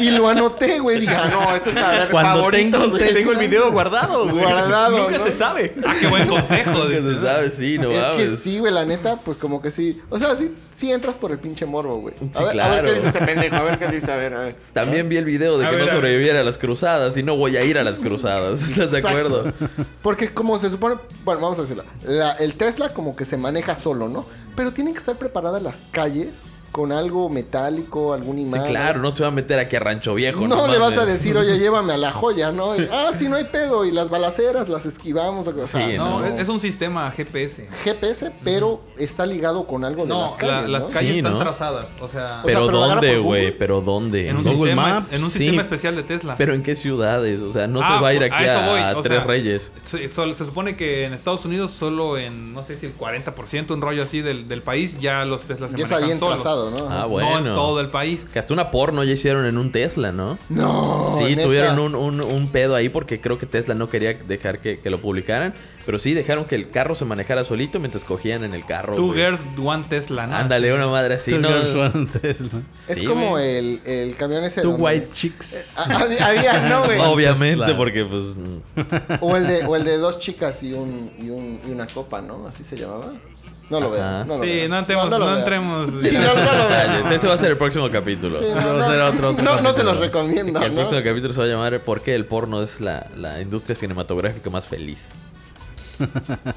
F: Y lo anoté, güey. Dije, ah, no, esto está de
D: Cuando
F: favoritos,
D: tengo-
F: güey.
C: Tengo el video guardado, güey.
F: Guardado,
C: Nunca
F: ¿no?
C: se sabe.
E: Ah, qué
C: <laughs>
E: buen consejo.
B: Que
E: dices,
B: se sabe, sí, no
F: Es que
B: mames.
F: sí, güey, la neta, pues como que sí. O sea, sí, sí entras por el pinche morbo, güey.
B: Sí,
F: a, ver, a ver
B: claro.
F: qué dice este pendejo, a ver qué dice, a ver, a ver.
B: También vi el video de
E: A
B: que
E: ver,
B: no
E: a ver.
B: sobreviviera a las cruzadas y no voy a ir a las cruzadas. <laughs> ¿Estás de acuerdo?
F: Porque como se supone, bueno, vamos a decirlo, la- el Tesla como que se maneja solo, ¿no? Pero tienen que estar preparadas las calles con algo metálico, algún
B: Sí,
F: imán.
B: claro, no se va a meter aquí a Rancho Viejo.
F: No, le vas
B: mames.
F: a decir,
B: <laughs>
F: oye, llévame a la joya, ¿no? Y, ah, sí, no hay pedo. Y las balaceras las esquivamos. O sea,
B: Sí,
E: No, es, es un sistema GPS.
F: GPS, pero está ligado con algo de
E: No,
F: las calles.
E: la- las
F: ¿no?
E: calles
B: Sí,
E: están
B: ¿no?
E: trazadas. O sea,
B: Pero
F: O sea, pero agarra
B: ¿dónde,
F: por Google.
B: güey? ¿Pero dónde?
E: en un,
B: ¿No?
D: Google
E: sistema,
D: Maps,
E: en un
B: sí.
E: sistema especial de Tesla.
B: ¿Pero en qué ciudades? O sea, no
E: Ah,
B: se va a ir
E: pues,
B: aquí a,
E: eso voy, o
B: Tres
E: sea,
B: Reyes.
E: Se, so- se supone que en Estados Unidos solo en, no sé si el 40%, un rollo así del, del país, ya los Teslas se
F: Ya está
E: manejan
F: bien
E: solos.
F: trazado, ¿no?
B: Ah,
E: No en
B: bueno.
E: todo el país.
B: Que hasta una porno ya hicieron en un Tesla, ¿no?
F: No.
B: sí,
F: Oh, neta.
B: tuvieron un, un- un pedo ahí porque creo que Tesla no quería dejar que, que lo publicaran. Pero sí, dejaron que el carro se manejara solito mientras cogían en el carro.
E: Two
B: Oh, güey.
E: girls, one Tesla. nada.
B: Ándale, una madre así,
D: Two
B: ¿no?
D: girls, one Tesla.
F: Es
B: Sí,
F: como
B: güey.
F: el, el camión ese.
D: Two
F: donde-
D: white chicks.
F: Ah, Había, había,
B: <laughs>
F: no, güey.
B: Obviamente,
D: Tesla.
B: porque pues. mm,
F: O el, de, o el de dos chicas y, un, y, un, y una copa, ¿no? Así se llamaba. No lo
B: Ajá.
F: veo. No lo
E: Sí,
F: veo.
E: no entremos, no,
F: lo veo.
E: entremos.
F: Sí, no, no lo veo.
B: detalles. Ese va a ser el próximo capítulo.
F: Sí,
B: Que
F: no,
D: Vamos a hacer
F: no.
D: otro- otro
F: No, no te
D: capítulo.
F: los recomiendo,
B: El
F: ¿no?
B: próximo capítulo se va a llamar ¿Por qué el porno es la, la industria cinematográfica más feliz?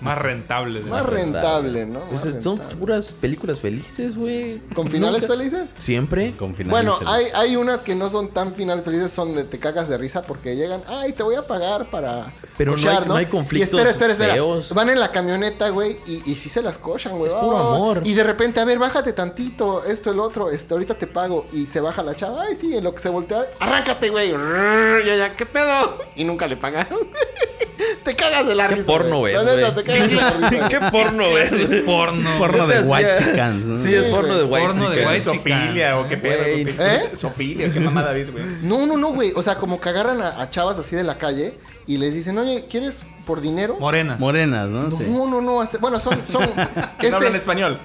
E: Más rentable.
F: Más rentable, ¿no? Más
B: Pues, son
F: rentable.
B: puras películas felices, güey.
F: ¿Con finales
B: Nunca-
F: felices?
B: Siempre.
D: Con finales
F: Bueno,
D: felices.
F: hay, hay unas que no son tan finales felices, son de te cagas de risa porque llegan, ay, te voy a pagar para.
B: Pero no hay- no hay
F: Y
B: conflictos feos.
F: Van en la camioneta, güey, y, y sí se las cochan, güey.
B: Es
F: Oh,
B: puro amor.
F: Y de repente, a ver, bájate tantito, esto, el otro, este, ahorita te pago. Y se baja la chava, ay, sí, en lo que se voltea, arráncate, güey. Rrr, Y allá, ¿qué pedo? Y nunca le pagaron. <laughs> te cagas de la
B: ¿Qué
F: risa.
B: porno
F: güey.
B: ves,
F: La neta,
B: güey?
F: te cagas de la risa,
B: <laughs>
F: güey.
B: ¿Qué porno es?
E: Porno.
D: Porno de
B: Sí,
D: white
B: es-
D: chickens. ¿no?
B: Sí, es porno de white
E: Porno de
B: chicas.
E: white
C: Güey, Sofilia o qué pedo.
B: Güey.
C: güey.
F: ¿Eh?
C: Sofilia, qué mamada ves, güey.
F: No, no, no, güey. O sea, como que agarran a, a chavas así de la calle y les dicen, oye, ¿quieres por dinero?
E: Morena.
D: Morenas, ¿no? Sí. <laughs>
F: No, no, no. hace- este, Bueno, son. son
C: No
F: este-
C: hablan español.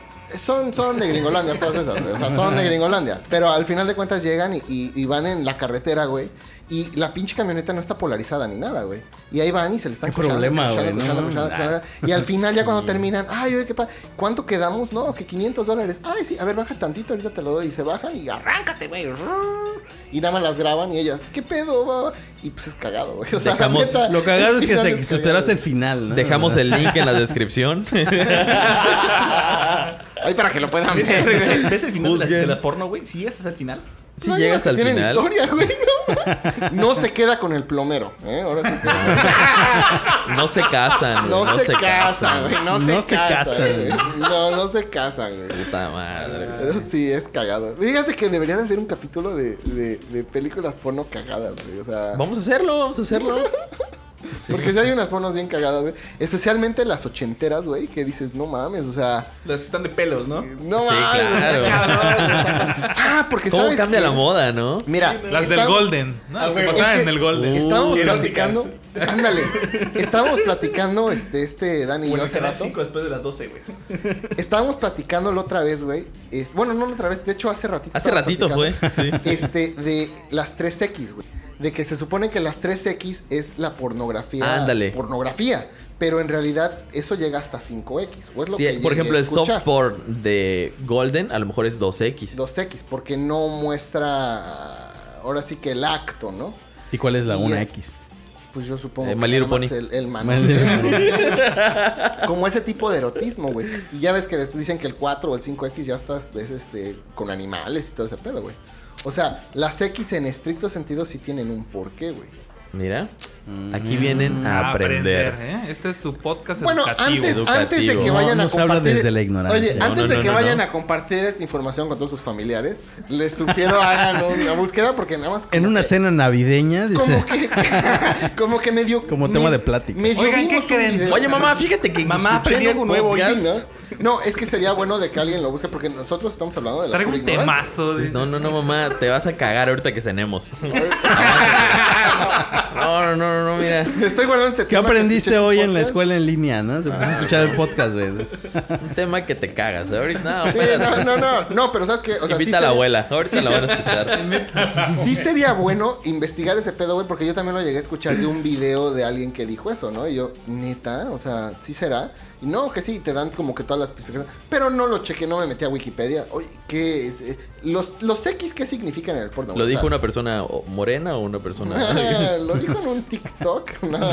F: Son, son de Gringolandia, todas esas, güey. O sea, son de Gringolandia. Pero al final de cuentas llegan y, y- y van en la carretera, güey. Y la pinche camioneta no está polarizada ni nada, güey. Y ahí van y se le están
D: Qué problema,
F: cochando,
D: güey,
F: cochando,
D: ¿no?
F: cochando, cochando, cochando. Y al final ya cuando terminan, ay, oye, qué pa ¿Cuánto quedamos? No, que 500 dólares. Ay, sí, a ver, baja tantito, ahorita te lo doy. Y se bajan y arráncate, güey. Rrrr. Y nada más las graban y ellas, ¿qué pedo? va, va?" Y pues es cagado, güey. O sea, la
B: Dejamos-
F: neta,
D: Lo cagado es que
F: <laughs> final
D: se
F: cagado,
D: superaste el final, ¿no?
B: Dejamos el link en la
F: <laughs>
B: descripción.
F: Ay, para que lo puedan ver.
C: ¿Ves el final de la,
B: Juzguen.
C: de la porno, güey? Si llegas hasta el final.
B: Si
F: No,
B: llegas
F: ya
B: al
F: tienen
B: final,
F: historia, güey. No, No se queda con el plomero, ¿eh? Ahora sí que-
B: <laughs> no se casan.
F: No,
B: güey,
F: se, casan, güey. No,
D: No
F: se,
D: se
F: casan,
D: casan.
F: güey. No, no se casan, güey.
B: Puta madre. <laughs> güey.
F: Pero sí, es cagado. Fíjate que deberían hacer un capítulo de, de- de películas porno cagadas, güey. O sea,
B: Vamos a hacerlo, vamos a <laughs> hacerlo. Sí.
F: porque si hay unas pornos bien cagadas, güey. Especialmente las ochenteras, güey, que dices, no mames, o sea,
C: Las que están de pelos, ¿no?
F: no
B: Sí,
F: mames.
B: claro.
F: está cabrón, está
B: <laughs>
F: cabrón. Ah, porque
B: ¿Cómo
F: sabes
B: cambia
F: qué?
B: la moda, no?
F: Mira,
E: Las del
F: estamos-
E: Golden. ¿no? Las que
C: güey,
E: pasaban
F: Ah, Es que
E: en el Golden.
F: Estábamos
E: Eróticas.
F: platicando. Ándale. Estábamos platicando, este, este, Dani y yo
C: Bueno,
F: hace
C: que a las
F: rato.
C: 5 después de las 12, güey.
F: Estábamos platicándolo otra vez, güey. Es- bueno, no la otra vez, de hecho hace ratito.
B: Hace
F: estábamos
B: ratito fue,
F: platicando,
B: sí.
F: Este, de las 3X, güey. De que se supone que las 3X es la pornografía.
B: Ándale.
F: Pornografía. Pero en realidad eso llega hasta 5X. O es lo
B: Sí,
F: que
B: por
F: llegué
B: ejemplo,
F: a
B: el soft
F: escuchar.
B: porn de Golden a lo mejor es 2X.
F: 2X, porque no muestra ahora sí que el acto, ¿no?
D: ¿Y cuál es la
F: Y-
D: 1X?
F: Pues yo supongo
B: Eh,
F: que
B: My Little
F: nada más
B: Pony.
F: el, el man-
D: My Little
F: <laughs> Como ese tipo de erotismo, güey. Y ya ves que después dicen que el 4 o el 5X ya estás es este, con animales y todo ese pedo, güey. O sea, las X en estricto sentido sí tienen un porqué, güey.
B: Mira, aquí vienen a aprender.
E: ¿eh? Este es su podcast
F: Bueno,
E: educativo.
F: antes,
B: educativo.
F: antes de que
D: No,
F: vayan a
D: no se habla
F: compartir...
D: desde la ignorancia.
F: Oye,
D: No,
F: antes
B: no,
F: de
B: no,
F: que
B: no,
F: vayan
B: no.
F: a compartir esta información con todos sus familiares, les sugiero <laughs> hagan una búsqueda porque nada más... como
D: En una
F: que-
D: cena navideña, dice.
F: Como que, como que <laughs> medio...
D: Como tema de plática.
F: medio
E: Oigan, ¿qué
F: vimos un
E: creen?
F: video.
B: Oye, mamá, fíjate que
C: Mamá,
B: escuché
C: aprendí
B: en
C: algo
B: un
C: nuevo hoy,
B: podcast-
F: ¿no? No, es que sería bueno de que alguien lo busque porque nosotros estamos hablando de la
E: Traigo
F: pura
E: un
F: ignorancia.
E: temazo. De...
B: No, no, no, mamá, te vas a cagar ahorita que <laughs> cenemos. No, no, no, no, mira.
F: Me <laughs> estoy guardando este
D: <laughs> ¿Qué
F: tema que
D: aprendiste
F: escuché
D: hoy en la
F: podcast. Ah.
D: escuela en línea, no? Se puso a escuchar el podcast, güey.
B: Un tema que te cagas. ¿eh? Ahorita, no,
F: Sí,
B: espérate.
F: no, no, no, no, pero ¿sabes qué? O sea, sí
B: Invita a la
F: sería-
B: abuela, ahorita
F: sí
B: la
F: se-
B: van a <laughs> escuchar.
F: Sí sería bueno investigar ese pedo, güey, porque yo también lo llegué a escuchar de un video de alguien que dijo eso, ¿no? Y yo, neta, o sea, sí será. Y no, que sí, te dan como que todas las especificaciones. Pero no lo chequé, no me metí a Wikipedia. Oye, ¿qué es? Eh, Los, los X, ¿qué significan en el porno?
B: ¿Lo
F: O sea,
B: dijo una persona o- morena o una persona? <laughs>
F: <laughs> lo dijo en un TikTok. <laughs> No.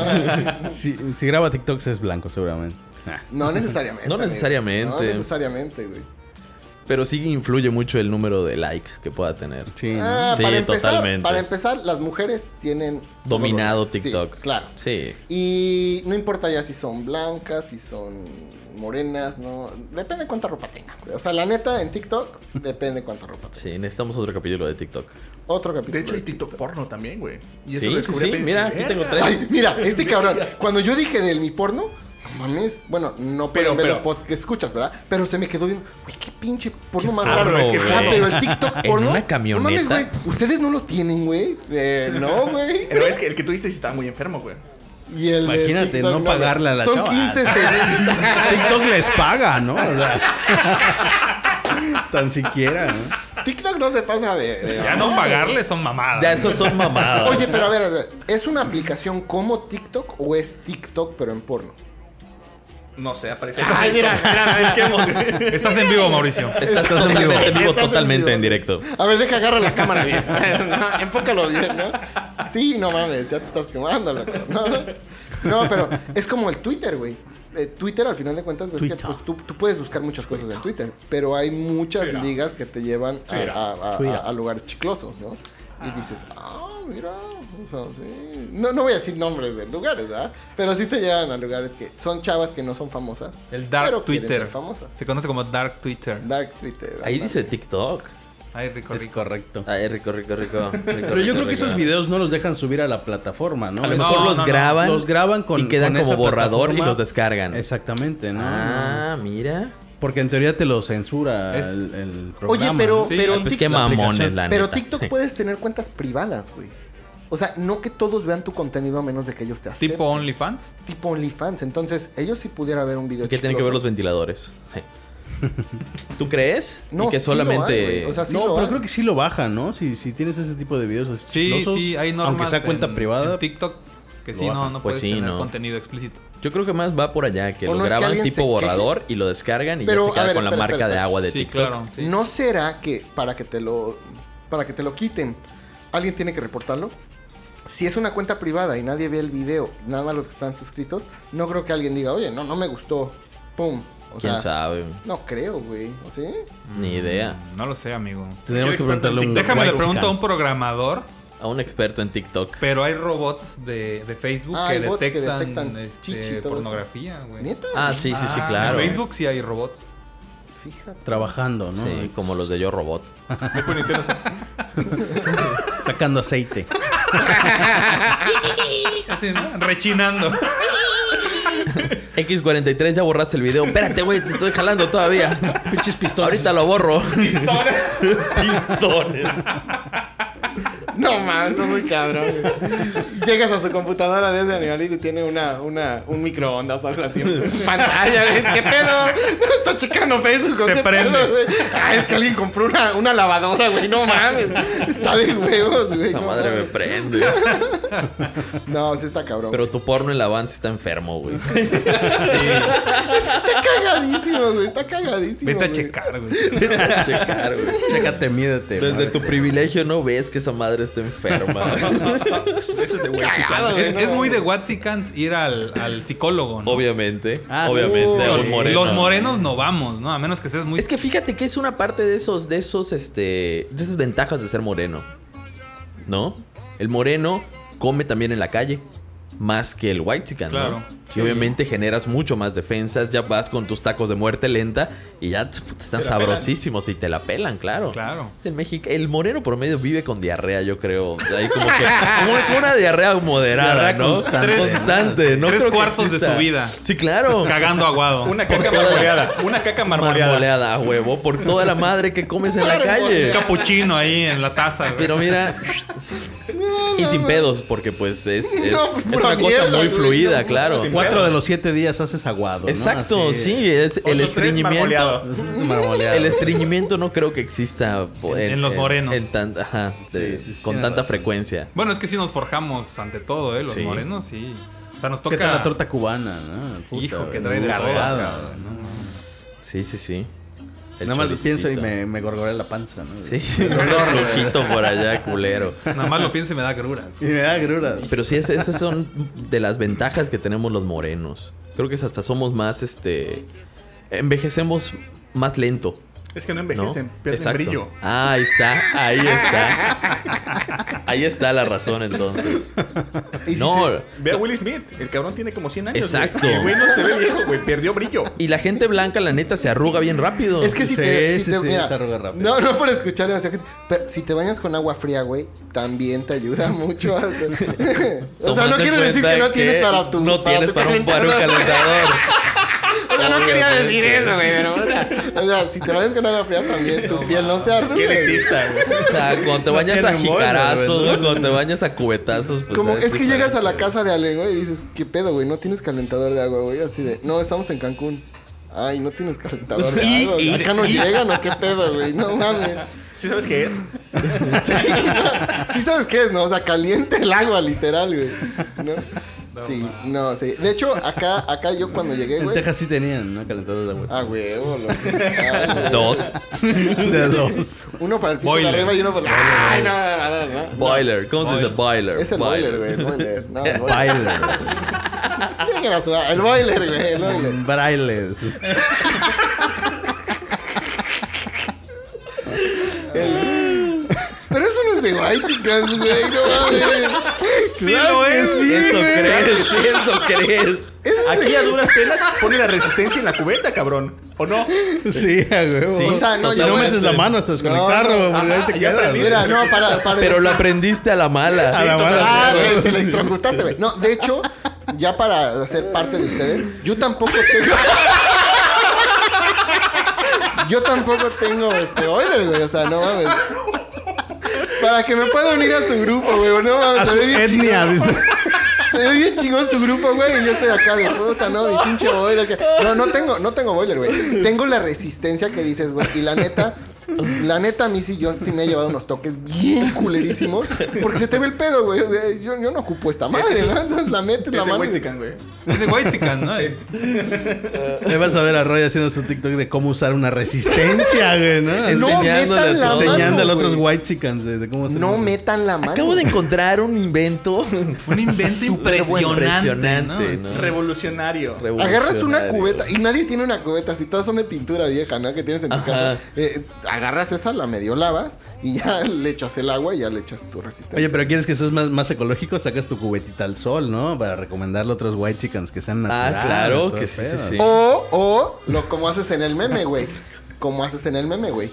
D: Si, si graba TikToks es blanco, seguramente. Ah.
F: No necesariamente.
B: No
F: amigo.
B: necesariamente.
F: No necesariamente, güey.
B: Pero sí influye mucho el número de likes que pueda tener.
D: Sí, ¿no?
F: Ah,
B: Sí,
F: para empezar,
B: totalmente.
F: Para empezar, las mujeres tienen...
B: Dominado
F: Sí,
B: TikTok.
F: claro.
B: Sí.
F: Y no importa ya si son blancas, si son morenas, no... Depende cuánta ropa tengan. güey. O sea, la neta, en TikTok, depende cuánta ropa tengan.
B: Sí, necesamos otro capítulo de TikTok.
F: Otro capítulo.
C: De hecho, hay TikTok porno también, güey. Y
B: Sí, sí, sí,
C: apenas
B: mira,
C: dije,
B: aquí tengo
C: "Verga".
B: tres.
F: Ay, mira, este cabrón. Cuando yo dije del mi porno, no mames. Bueno, no pueden
C: Pero,
F: ver
C: pero-
F: los podcasts que escuchas, ¿verdad? Pero se me quedó bien. Güey, qué pinche porno más
B: porno,
F: raro.
B: güey.
F: Ah, pero el TikTok
B: En
F: porno.
B: una
F: No mames,
B: camioneta.
F: güey. Ustedes no lo tienen, güey. Eh, no, güey.
C: <laughs> Pero es que el que tú dices estaba muy enfermo, güey.
F: Y el de
D: Imagínate
F: TikTok,
D: no
F: güey.
D: pagarle a la
F: Son
D: chava. <laughs>
F: 15 segundos.
D: TikTok les paga, ¿no? O sea, tan siquiera. ¿no?
F: TikTok no se pasa de. de-
E: Ya no pagarle son mamadas.
B: Ya, esas son
D: <laughs>
B: mamadas.
F: Oye, pero a ver, a ver, ¿es una aplicación como TikTok o es TikTok pero en porno?
C: No sé, aparece.
E: Estás en vivo, Mauricio.
B: Estás
F: Estás en
B: totalmente en
F: vivo.
B: vivo,
F: Estás en
B: totalmente
F: vivo.
B: en directo.
F: A ver, deja agarra la cámara bien. <laughs> No, Enfócalo bien, ¿no? Sí, no mames, ya te estás quemando, loco. No, no, pero es como el Twitter, güey. Eh, Twitter, al final de cuentas, ves que,
D: Twitter.
F: pues, tú, tú puedes buscar muchas cosas en Twitter, pero hay muchas ligas que te llevan a, a- a-
D: Twitter.
F: a lugares chiclosos, ¿no? Y dices, ah, mira, o sea, sí. No, no voy a decir nombres de lugares, ¿verdad? Pero sí te llevan a lugares que son chavas que no son famosas.
E: El Dark
F: pero quieren
E: Twitter.
F: ser famosas.
E: Se conoce como Dark Twitter.
F: Dark Twitter.
B: Ahí
F: ándale.
B: dice TikTok.
E: Ay, rico,
D: Es
E: rico.
D: correcto.
B: Ay, rico, rico, rico.
D: Pero yo creo que esos videos no los dejan subir a la plataforma, ¿no?
B: A lo
D: Es-
B: mejor
E: No,
B: los
E: no, no.
B: graban.
D: los graban con
B: Y quedan
D: con esa
B: como borrador y
D: plataforma.
B: los descargan.
D: Exactamente, ¿no?
B: Ah, mira.
D: Porque en teoría te lo censura
E: Es-
D: el, el programa.
F: Oye, pero,
E: Sí,
F: pero
B: Pues
F: Tik-
B: qué
D: la aplicación.
B: mamones, la
F: Pero
B: neta. <laughs>
F: TikTok puedes tener cuentas privadas, güey. O sea, no que todos vean tu contenido a menos de que ellos te acepten.
E: Tipo OnlyFans.
F: Tipo OnlyFans. Entonces, ellos sí pudiera ver un video.
B: ¿Qué tienen que ver los
F: <laughs> chicloso.
B: ventiladores? ¿Tú crees?
F: No,
B: y que
F: sí lo hay,
B: solamente.
F: güey. O sea, sí
D: no,
F: lo
D: pero
F: hay.
D: creo que sí lo bajan, ¿no? Si, si tienes ese tipo de videos así
E: Sí,
D: chistosos,
E: sí, hay normas.
D: Aunque sea cuenta
E: en-
D: privada.
E: en TikTok que
D: lo
E: sí, no,
D: bajan.
E: no
B: Pues sí,
E: puedes tener
B: no.
E: contenido explícito.
B: Yo creo que más va por allá, que
F: O
B: lo
F: no es que
B: graban
F: alguien se
B: tipo
F: queje.
B: borrador y lo descargan y
F: Pero,
B: ya se
F: a
B: queda
F: ver,
B: con la
F: espera,
B: marca
F: espera,
B: de
F: espera.
B: agua de
E: sí,
B: TikTok.
E: claro. sí.
F: ¿No será que para que te lo para que te lo quiten, alguien tiene que reportarlo? Si es una cuenta privada y nadie ve el video, nada más los que están suscritos, no creo que alguien diga, oye, no, no me gustó. Pum. O
B: ¿Quién
F: sea,
B: sabe?
F: No creo, güey. ¿O sí?
B: Ni idea.
E: Mm, No lo sé, amigo.
D: Tendríamos que preguntarle a un.
E: Déjame le
D: white
E: pregunto a
D: chican.
E: un programador,
B: A un experto en TikTok.
E: pero hay robots de, de Facebook
F: Ah,
E: que,
F: hay bots que
E: detectan,
F: detectan
E: este,
F: chichi y todo eso.
E: pornografía, güey.
F: ¿Neta?
B: Ah, sí, sí, sí,
E: Ah,
B: claro.
E: En Facebook sí hay robots.
F: Fíjate.
D: Trabajando, ¿no?
B: Sí, como los de Yo Robot.
C: Me pone interesante.
D: Sacando <laughs> aceite.
E: Así, ¿no?
F: <laughs>
E: Rechinando.
B: X43, ya borraste el video. Espérate, güey, te estoy jalando todavía.
D: Pinches pistolas.
B: Ahorita lo borro. Pistones.
F: No mames, no soy cabrón. güey. Llegas a su computadora de ese animalito y tiene una, una, un microondas o algo así. Pantalla, güey. ¿Qué pedo? No está checando Facebook.
E: Se
F: ¿qué
E: prende.
F: pedo, güey? ah, es que alguien compró una, una lavadora, güey. No mames. Está de huevos, güey.
B: Esa
F: no
B: madre me
F: mames.
B: prende.
F: No, sí está cabrón.
B: Pero tu porno en la van sí está enfermo, güey. <laughs>
F: está cagadísimo, güey. Está cagadísimo.
E: <laughs> Vete a
F: güey.
E: checar,
F: <laughs>
E: güey.
B: Vete a checar, güey.
D: Chécate, mídete.
B: Desde
D: este madre.
B: tu privilegio no ves que esa madre está enferma.
F: Cagado, güey,
E: Es,
F: no
E: es muy de
F: mames.
E: Watsicans ir al, al psicólogo, ¿no?
B: Obviamente.
D: Ah, sí,
B: obviamente.
D: sí.
B: a un
D: Los
B: moreno.
E: Los morenos no vamos, ¿no? A menos que seas muy...
B: Es que fíjate que es una parte de esos, de esos, este. De esas ventajas de ser moreno. ¿No? El moreno come también en la calle. Más que el white chican,
E: Claro.
B: Y obviamente generas mucho más defensas. Ya vas con tus tacos de muerte lenta. Y ya tf, están
E: Te la pelan.
B: sabrosísimos y te la pelan, claro.
E: Claro.
B: En México, el moreno promedio vive con diarrea, yo creo. Ahí como que. Como como una diarrea moderada,
D: Diarrea
B: ¿no?
D: constante.
B: Tres- constante. No
E: tres
B: creo que
E: cuartos de
B: exista.
E: su vida.
B: Sí, claro.
E: Cagando aguado.
C: Una caca marmoleada. Una caca marmoleada.
B: Marmoleada, a huevo, por toda la madre que comes en la calle.
E: Un capuchino ahí en la taza, güey.
B: Ah, Pero mira. Y sin pedos, porque pues es, es,
F: No, pues,
B: es
F: pura
B: una cosa
F: mierda,
B: muy
F: güey,
B: fluida,
F: no,
B: claro.
C: sin
D: Cuatro
C: pedos.
D: de los siete días haces aguado. ¿no?
B: Exacto,
D: Así,
B: sí, es el
C: Otros tres
B: estreñimiento.
C: marmoleado.
D: Eso
B: <laughs>
D: es marmoleado.
B: El estreñimiento no creo que exista po-
E: En los morenos.
B: en tan- ajá, de-
D: Sí, sí, sí,
B: con
D: tiene
B: tanta
D: razón.
B: frecuencia.
E: Bueno, es que sí nos forjamos ante todo, ¿eh? Los
B: Sí.
E: morenos, sí. O sea, nos
D: ¿Qué tal
E: toca...
D: la torta cubana, ¿no? Puta,
E: Hijo, que
D: güey,
E: trae de todo,
D: cargada,
E: cabrón,
D: güey, ¿no?
B: Sí, sí, sí. El
D: Nada más lo
B: choricito.
D: pienso y me, me gorgoré la panza, <laughs> ¿no?
B: Sí, un flujito por allá, culero.
E: Nada más lo pienso y me da gruras.
D: Y me da gruras.
B: Pero sí, es- esas son de las ventajas que tenemos los morenos. Creo que es hasta somos más, este... Envejecemos más lento,
C: Es que no
B: ¿no?
C: envejecen, pierden
B: Exacto.
C: brillo.
B: Ah, ahí está, ahí está. Ahí está la razón entonces.
F: Y si
B: No,
F: se-
C: <laughs> Ve a Will Smith, el cabrón tiene como 100 años.
B: Exacto.
C: güey. El güey no se ve viejo, güey, perdió brillo.
B: y la gente blanca, la neta, se arruga bien rápido.
F: Es que si
D: Sí,
F: te. si
D: sí,
F: te-
D: sí,
F: mira,
D: se arruga rápido.
F: No, no por escuchar a esa gente. Pero si te bañas con agua fría, güey, también te ayuda mucho. a- <laughs> o sea,
B: Tomando
F: no
B: en
F: quiero decir
B: cuenta
F: que no tienes para tu.
B: No tienes
F: tu
B: para un, para un
F: <laughs> calentador.
B: calentador.
F: O sea, no quería decir eso, güey, pero. O sea, o sea, si te bañas con agua fría también, tu piel no se
C: Qué
F: arruga. güey.
C: elitista, güey.
B: O sea, cuando te
D: No
B: bañas a
D: tienen bolas,
B: jicarazos,
D: güey,
B: güey, cuando te bañas a cubetazos, pues.
F: Como
B: sabes
F: es que llegas a la
B: diferente.
F: casa de alguien, güey, y dices, ¿qué pedo, güey? No tienes calentador de agua, güey. Así de, no, estamos en Cancún. Ay, no tienes calentador de
C: Y-
F: agua. güey.
C: y-
F: Acá no
C: y-
F: llegan, ¿o qué pedo, güey? No mames.
C: ¿Sí sabes qué es?
F: Sí, ¿no? <laughs> Sí sabes qué es, ¿no? O sea, caliente el agua, literal, güey. ¿No? Sí, no, sí. De hecho, acá, acá yo cuando llegué,
D: En
F: güey.
D: Texas sí tenían, ¿no? Calentadores de agua.
F: Ah, güey, boludo. Ah, güey.
B: Dos.
D: De dos.
F: Uno para el piso
E: Boiler.
F: de arriba y uno para Ay, no, no, no, no.
B: Boiler. ¿Cómo se dice boiler?
F: Es el boiler, güey. El boiler. No, el boiler.
D: Baile.
F: Tiene razón, El boiler, güey. El boiler.
D: Braille.
F: Pero eso no es de White Chicas, güey. No mames.
E: Sí lo es.
B: Eso crees, eso crees.
C: Aquí a duras penas pone la resistencia en la cubeta, cabrón. ¿O no?
D: Sí, a huevo.
F: O sea, no,
D: Y
F: yo
D: no Ah,
F: voy a-
D: metes la mano hasta desconectarlo,
F: No,
D: güey,
F: no,
D: porque ahí te
C: ya
D: quedas.
C: aprendí.
F: Mira, no, para, para.
B: Pero lo aprendiste a la mala.
D: A la mala.
F: Ah,
D: güey.
F: te, te electrocutaste, güey. No, de hecho, ya para ser parte de ustedes, yo tampoco tengo. Yo tampoco tengo este boiler, güey. O sea, no mames. Para que me pueda unir a su grupo, güey. No mames.
D: A
F: se
D: su
F: ve bien
D: etnia, dice.
F: chido. Se ve bien chingón su grupo, güey. Y yo estoy acá de puta, ¿no? Mi pinche boiler. que- No, no tengo, no tengo boiler, güey. Tengo la resistencia que dices, güey. Y la neta, la neta, a mí sí, yo sí me he llevado unos toques bien culerísimos. Porque se te ve el pedo, güey. O sea, yo, yo no ocupo esta madre, ¿no? Entonces la metes la
C: Es de
F: mano. y-
C: Mexican, güey.
E: Es de Whitezican, ¿no?
D: Me vas a ver a Roy haciendo su TikTok de cómo usar una resistencia, güey, ¿no?
F: No
B: Enseñándole a
F: metan la
B: todos.
F: mano,
D: Enseñándole a otros
F: güey.
D: white chicans de cómo hacer
F: No
D: eso.
F: metan la mano.
B: Acabo de encontrar un invento. <laughs>
E: Un invento
B: Súper bueno,
E: impresionante. ¿no?
B: impresionante, ¿no?
C: Revolucionario.
F: Agarras una
B: Revolucionario.
F: cubeta y nadie tiene una cubeta, si todas son de pintura vieja, ¿no? Que tienes en tu
B: Ajá.
F: casa. Eh, agarras esa, la medio lavas y ya le echas el agua y ya le echas tu resistencia.
D: Oye, pero quieres que seas más, más ecológico, sacas tu cubetita al sol, ¿no? Para recomendarle a otros white chicans que sean naturales.
B: claro
D: todo
B: que
D: el
B: sí,
D: pedo.
B: sí, sí.
F: O, o, lo como haces en el meme, güey. Como haces en el meme, güey.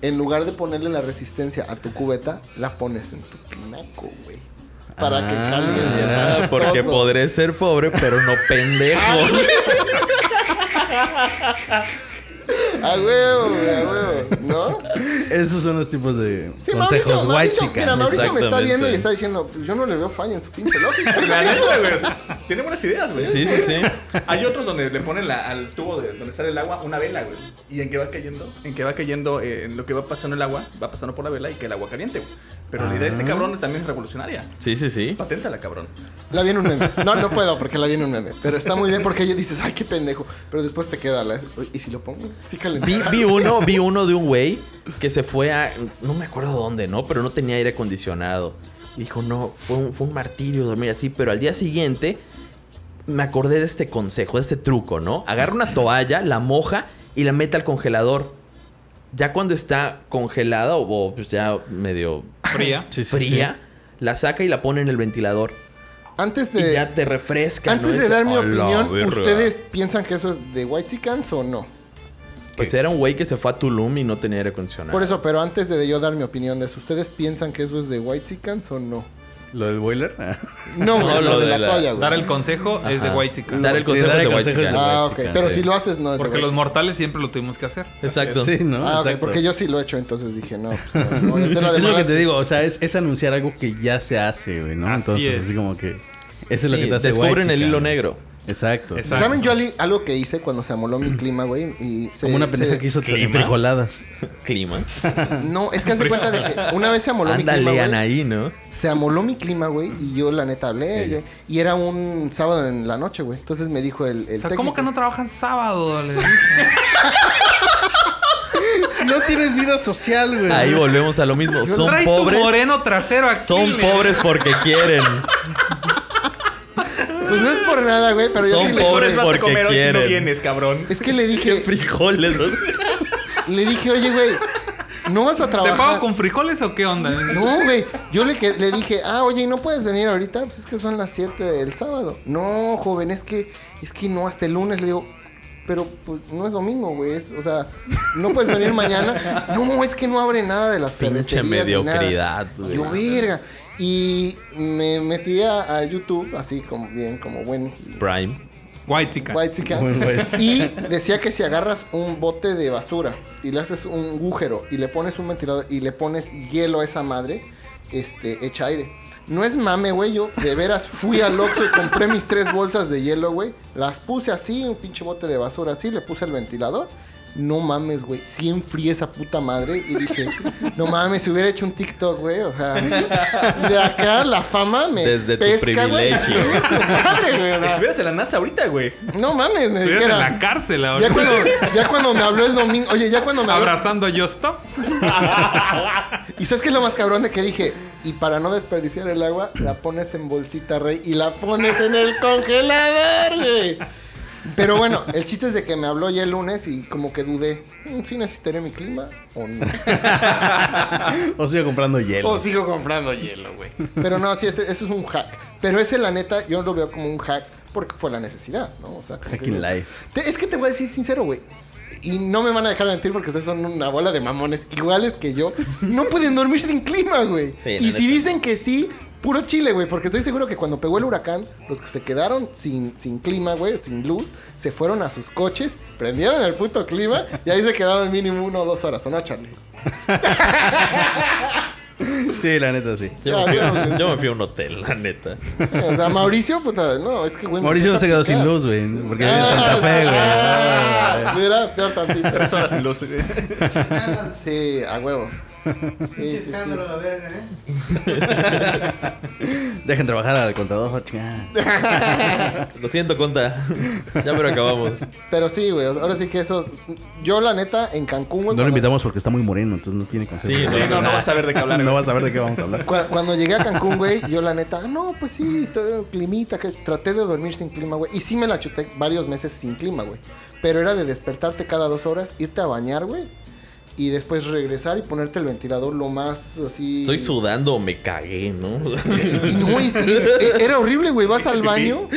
F: En lugar de ponerle la resistencia a tu cubeta, la pones en tu pinaco, güey. Para que
D: Ah,
F: caliente.
B: Ah, porque
F: todo. Ah,
B: podré ser pobre, pero no pendejo.
F: A huevo, güey, a huevo. ¿No?
D: Esos son los tipos de
F: Sí,
D: consejos white
F: Mauricio, Mauricio, mira,
D: chicans.
F: Mauricio me está
B: Exactamente.
F: viendo y está diciendo, "Pues yo no le veo falla en su pinche lógica.
C: La neta, güey. o sea, tiene buenas ideas, güey.
B: Sí, sí, sí.
C: Hay otros donde le ponen la- al tubo de donde sale el agua una vela, güey. Y en que va cayendo, en que va cayendo, eh, en lo que va pasando el agua, va pasando por la vela y que el agua caliente, güey. Pero la idea de
B: Ah.
C: este cabrón también es revolucionaria.
B: Sí, sí, sí.
C: Paténtala, cabrón.
F: La vi en un meme. No, no puedo porque la vi en un meme. Pero está muy bien porque ella dices, ay, qué pendejo. Pero después te queda la. "Uy, ¿Y si lo pongo? Sí,
B: Vi,
F: calentado.
B: vi uno, vi uno de un güey que se fue a. No me acuerdo dónde, ¿no? Pero no tenía aire acondicionado. Dijo, no, fue un, fue un martirio dormir así. Pero al día siguiente me acordé de este consejo, de este truco, ¿no? Agarra una toalla, la moja y la mete al congelador. Ya cuando está congelada o, o, pues ya medio
E: Fría.
B: fría, la saca y la pone en el ventilador.
F: Antes
B: y
F: de.
B: ya te refresca. ¿no?
F: Antes de
B: Dices,
F: dar mi
B: "A la
F: opinión,
B: verga".
F: ¿ustedes piensan que eso es de White Chickens o no?
B: Pues era un güey que se fue a Tulum y no tenía aire acondicionado.
F: Por eso, pero antes de yo dar mi opinión de eso, ¿ustedes piensan que eso es de White Chickens o no?
D: ¿eh? Lo del boiler. <laughs>
F: No, güey,
B: No,
F: lo, de la, toalla, güey.
E: Dar el consejo es de
B: Ajá.
E: Whitezican.
B: Dar el
D: Sí,
B: consejo
D: dar
B: es
D: el
B: de
D: consejo es
B: White
D: de
B: Chicken.
F: Ah,
D: White
F: ok.
D: Chicken,
F: Pero
D: sí.
F: si lo haces, no es de
E: Porque
F: White
E: los
F: Chicken.
E: mortales siempre lo tuvimos que hacer.
B: Exacto.
D: <laughs> Sí, ¿no?
F: Ah, ok,
D: Exacto.
F: porque yo sí lo he hecho, entonces dije, no, pues
D: <laughs>
F: no, no, es de la de
D: Es lo que
F: malas.
D: te digo, o sea, es, es anunciar algo que ya se hace, güey, ¿no?
E: Así
D: Entonces,
E: es.
D: así como que. Eso es lo
B: Sí,
D: que te hace
B: Descubren
D: white
B: el hilo
D: chican.
B: negro.
D: Exacto.
E: Exacto.
F: ¿Saben yo ali- algo que hice cuando se amoló mi clima, güey? Y se-
D: Como una pendeja
F: se-
D: que hizo
E: ¿Clima?
D: frijoladas.
B: Clima.
F: No, es que haz de cuenta de que una vez se amoló mi
B: Ándale,
F: clima. güey.
B: Anaí, ¿no?
F: Se amoló mi clima, güey. Y yo, la neta, hablé. Y era un sábado en la noche, güey. Entonces me dijo el. el
E: O sea, ¿cómo
F: técnico,
E: que no trabajan sábado? Les dije.
D: Si no tienes vida social, güey.
B: Ahí volvemos a lo mismo. Son
E: Trae tu
B: pobres.
E: moreno trasero aquí.
B: Son
E: le-
B: pobres porque quieren.
F: Pues no es por nada, güey. Pero yo
B: Son
F: sí le-
B: pobres.
C: Pobres vas a
B: porque
C: comer hoy si no
B: quieren.
C: vienes, cabrón.
F: Es que le dije.
C: <laughs>
B: Frijoles.
F: Le dije, oye, güey. No vas a
E: ¿Te
F: trabajar.
E: pago con frijoles o qué onda?
F: No, güey. Yo le, que- le dije, ah, oye, ¿y no puedes venir ahorita? Pues es que son las 7 del sábado. No, joven, es que, es que no, hasta el lunes le digo. Pero pues, no es lo mismo, güey. es- O sea, no puedes venir mañana. No, es que no abre nada de las
B: Pinche
F: ferreterías. ni nada.
B: mediocridad, güey.
F: Yo, verga. Y me metí a, a YouTube, así como bien, como buen
B: Prime.
E: Whitezican.
F: white chica.
D: Buen white chica.
F: <laughs> Y decía que si agarras un bote de basura y le haces un agujero y le pones un ventilador y le pones hielo a esa madre, este, echa aire. No es mame, güey, yo de veras fui al Oxxo y compré mis tres bolsas de hielo, güey. Las puse así, un pinche bote de basura así, le puse el ventilador. No mames, güey, sí enfrié esa puta madre y dije, no mames, si hubiera hecho un TikTok, güey, o sea, de acá la fama me
B: Desde tu
F: pesca, güey.
B: privilegio.
F: <laughs> Madre, güey, o sea,
C: Estuvieras en la NASA ahorita, güey.
F: no mames, me
E: Estuvieras en la
F: dijeron.
E: cárcel ahora.
F: Ya cuando, ya cuando me habló el domingo, oye, ya cuando me
E: <laughs>
F: habló.
E: Abrazando a Yostop.
F: ¿Y sabes qué es lo más cabrón de que dije? Y para no desperdiciar el agua, la pones en bolsita, rey, y la pones en el congelador, güey. Pero bueno, el chiste es de que me habló ya el lunes y como que dudé, "Mm, ¿sí necesitaré mi clima o no?
D: O sigo comprando hielo.
F: O sigo comprando hielo, güey. Pero no, sí, ese- eso es un hack. Pero ese, la neta, yo lo veo como un hack porque fue la necesidad, ¿no? O sea, como que-
D: Hacking life.
F: Te- es que te voy a decir sincero, güey. Y no me van a dejar mentir porque ustedes son una bola de mamones iguales que yo. No pueden dormir sin clima, güey.
B: Sí, la
F: y si
B: neta.
F: dicen que sí, puro chile, güey. Porque estoy seguro que cuando pegó el huracán, los que se quedaron sin, sin clima, güey, sin luz, se fueron a sus coches, prendieron el puto clima y ahí se quedaron mínimo una o dos horas. ¿O no, Charlie?
D: Sí, la neta, sí.
B: Yo me, fui a, <laughs> yo me fui a un hotel, la neta.
F: Sí, o sea, Mauricio, puta, no, es que güey. me
D: Mauricio no
F: empieza
D: se
F: a
D: quedó sin
F: picar.
D: luz, güey. Porque vive en Santa Fe, güey.
F: Ah, mira, peor tantito.
C: Tres horas sin luz.
B: <laughs>
F: Sí, a huevo. Sí, sí, sí.
G: Escándalo a la verga, ¿eh?
F: ah,
D: <laughs> Dejen trabajar al contador, chingada.
B: Lo siento, conta. Ya pero acabamos.
F: Pero sí, güey. Ahora sí que eso. Yo, la neta, en Cancún, güey.
D: No lo
F: cuando-
D: invitamos porque está muy moreno, entonces no tiene concepto.
B: Sí,
C: Sí, no, no vas a ver de qué
D: <laughs>
C: hablar.
D: No
C: güey.
D: vas a ver de qué vamos a hablar.
F: Cua- Cuando llegué a Cancún, güey, yo la neta, "Ah, no, pues sí, todo climita, que traté de dormir sin clima, güey. Y sí me la chuté varios meses sin clima, güey. Pero era de despertarte cada dos horas, irte a bañar, güey. Y después regresar y ponerte el ventilador lo más así.
B: Estoy sudando, me cagué, ¿no? <laughs>
F: Y no, y sí, es- e- era horrible, güey. Vas al baño.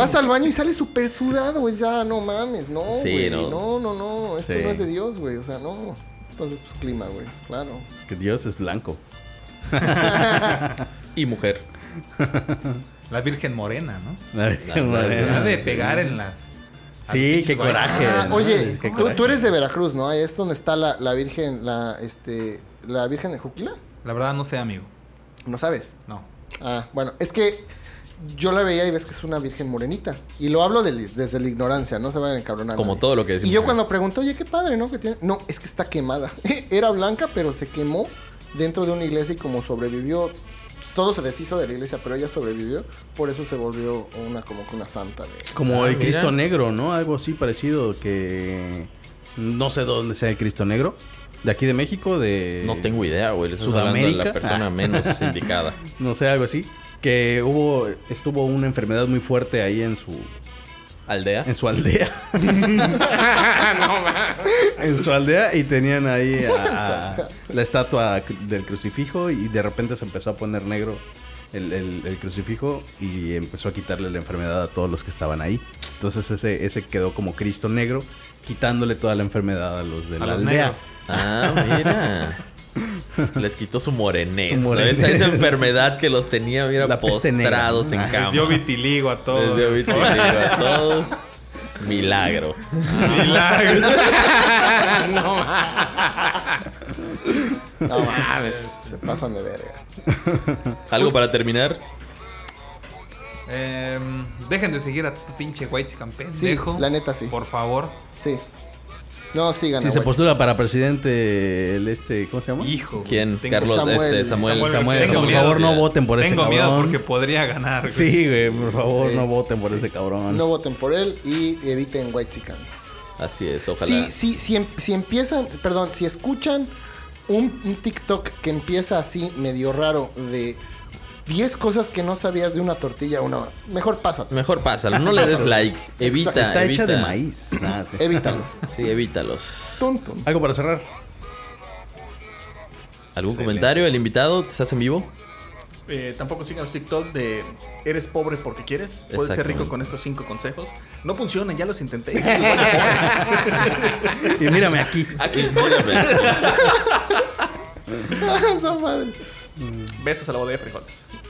F: Vas al baño y sales súper sudado, güey. Ya, no mames, no,
B: Sí,
F: güey.
B: no.
F: no. no, no, Esto
D: Sí.
F: no es de Dios, güey. O sea, no. Entonces, pues clima, güey. Claro.
D: Que Dios es blanco.
B: Y mujer.
E: La Virgen Morena, ¿no?
B: Ah.
E: Ha de pegar en las.
D: Eh, Sí, qué coraje.
F: Ah,
D: ¿no?
F: oye,
D: Qué
F: tú,
D: coraje.
F: tú eres de Veracruz, ¿no? Ahí es donde está la, la Virgen, la, este, la Virgen de Juquila.
E: La verdad no sé, amigo.
F: No sabes.
E: No.
F: Ah, bueno, es que yo la veía y ves que es una virgen morenita. Y lo hablo del- desde la ignorancia, no se vayan a encabronar.
B: Como
F: nadie.
B: todo lo que decimos
F: Y yo
B: acá.
F: cuando pregunto, oye, qué padre, ¿no? Que tiene... No, es que está quemada. <laughs> Era blanca, pero se quemó dentro de una iglesia y como sobrevivió, pues, todo se deshizo de la iglesia, pero ella sobrevivió, por eso se volvió una como que una
B: <laughs>
F: santa. De...
D: Como
B: Ah,
D: el Cristo
B: mira.
D: Negro, ¿no? Algo así parecido que... No sé dónde sea el Cristo Negro. De aquí de México, de...
B: No tengo idea, güey. Le estás hablando a la
D: ¿Sudamérica?
B: persona
D: Ah.
B: menos indicada.
D: No sé, algo así. Que hubo... Estuvo una enfermedad muy fuerte ahí en su...
B: ¿Aldea?
D: En su aldea.
E: <laughs>
D: en su aldea y tenían ahí
E: <laughs>
D: a- a- la estatua cru- del crucifijo y de repente se empezó a poner negro el, el- el crucifijo y empezó a quitarle la enfermedad a todos los que estaban ahí. Entonces ese, ese quedó como Cristo negro, quitándole toda la enfermedad a los de la
E: A los
D: aldea.
E: negros.
B: Ah, mira.
D: <laughs>
B: Les quitó su morenés.
D: Su
B: ¿no?
D: morenés.
B: Esa, esa enfermedad que los tenía, mira,
D: La peste negra,
B: postrados
D: ¿no?
B: en
E: Les
B: cama.
E: dio vitiligo a todos.
B: Les dio
E: <laughs>
D: <laughs>
B: vitiligo a todos. Milagro.
E: Milagro.
F: No mames, se pasan de verga.
B: ¿Algo para terminar?
E: Em, dejen de seguir a tu pinche White
F: Sí,
E: pendejo.
F: la neta sí.
E: Por favor.
F: Sí. No, sigan.
D: Si
F: a
D: se
F: Huachi.
D: postula para presidente el este, ¿cómo se llama?
E: Hijo. güey.
B: ¿Quién?
E: Tengo-
B: Carlos,
F: Samuel.
B: este, Samuel.
E: Samuel,
D: Samuel,
E: tengo
D: por
E: miedo.
D: favor, no voten por ese
E: Tengo miedo
D: cabrón.
E: porque podría ganar. güey.
D: Sí, güey, por favor,
F: Sí.
D: no voten por ese cabrón.
F: No voten por él y eviten White Chickens.
B: Así es, ojalá.
F: Sí, sí, si, em- si empiezan, perdón, si escuchan un, un TikTok que empieza así medio raro de 10 cosas que no sabías de una tortilla a una hora, mejor
B: <laughs>
F: pásate.
B: Mejor pásalo, no le des like. Evita.
D: Está hecha
B: evita.
D: de maíz. Ah, sí.
F: Evítalos.
B: Sí, evítalos.
F: Tun, tun.
D: Algo para cerrar.
B: ¿Algún comentario? ¿El invitado? ¿Estás en vivo?
C: Eh, tampoco sigan los TikTok de eres pobre porque quieres. Puedes ser rico
B: Exactamente.
C: con estos cinco consejos. No funcionan, ya los intenté. <laughs> y sigo igual de pobre.
D: Y mírame
E: <laughs>
D: aquí.
B: Aquí estoy.
F: Ah, no mames.
C: Besos a la boda de frijoles.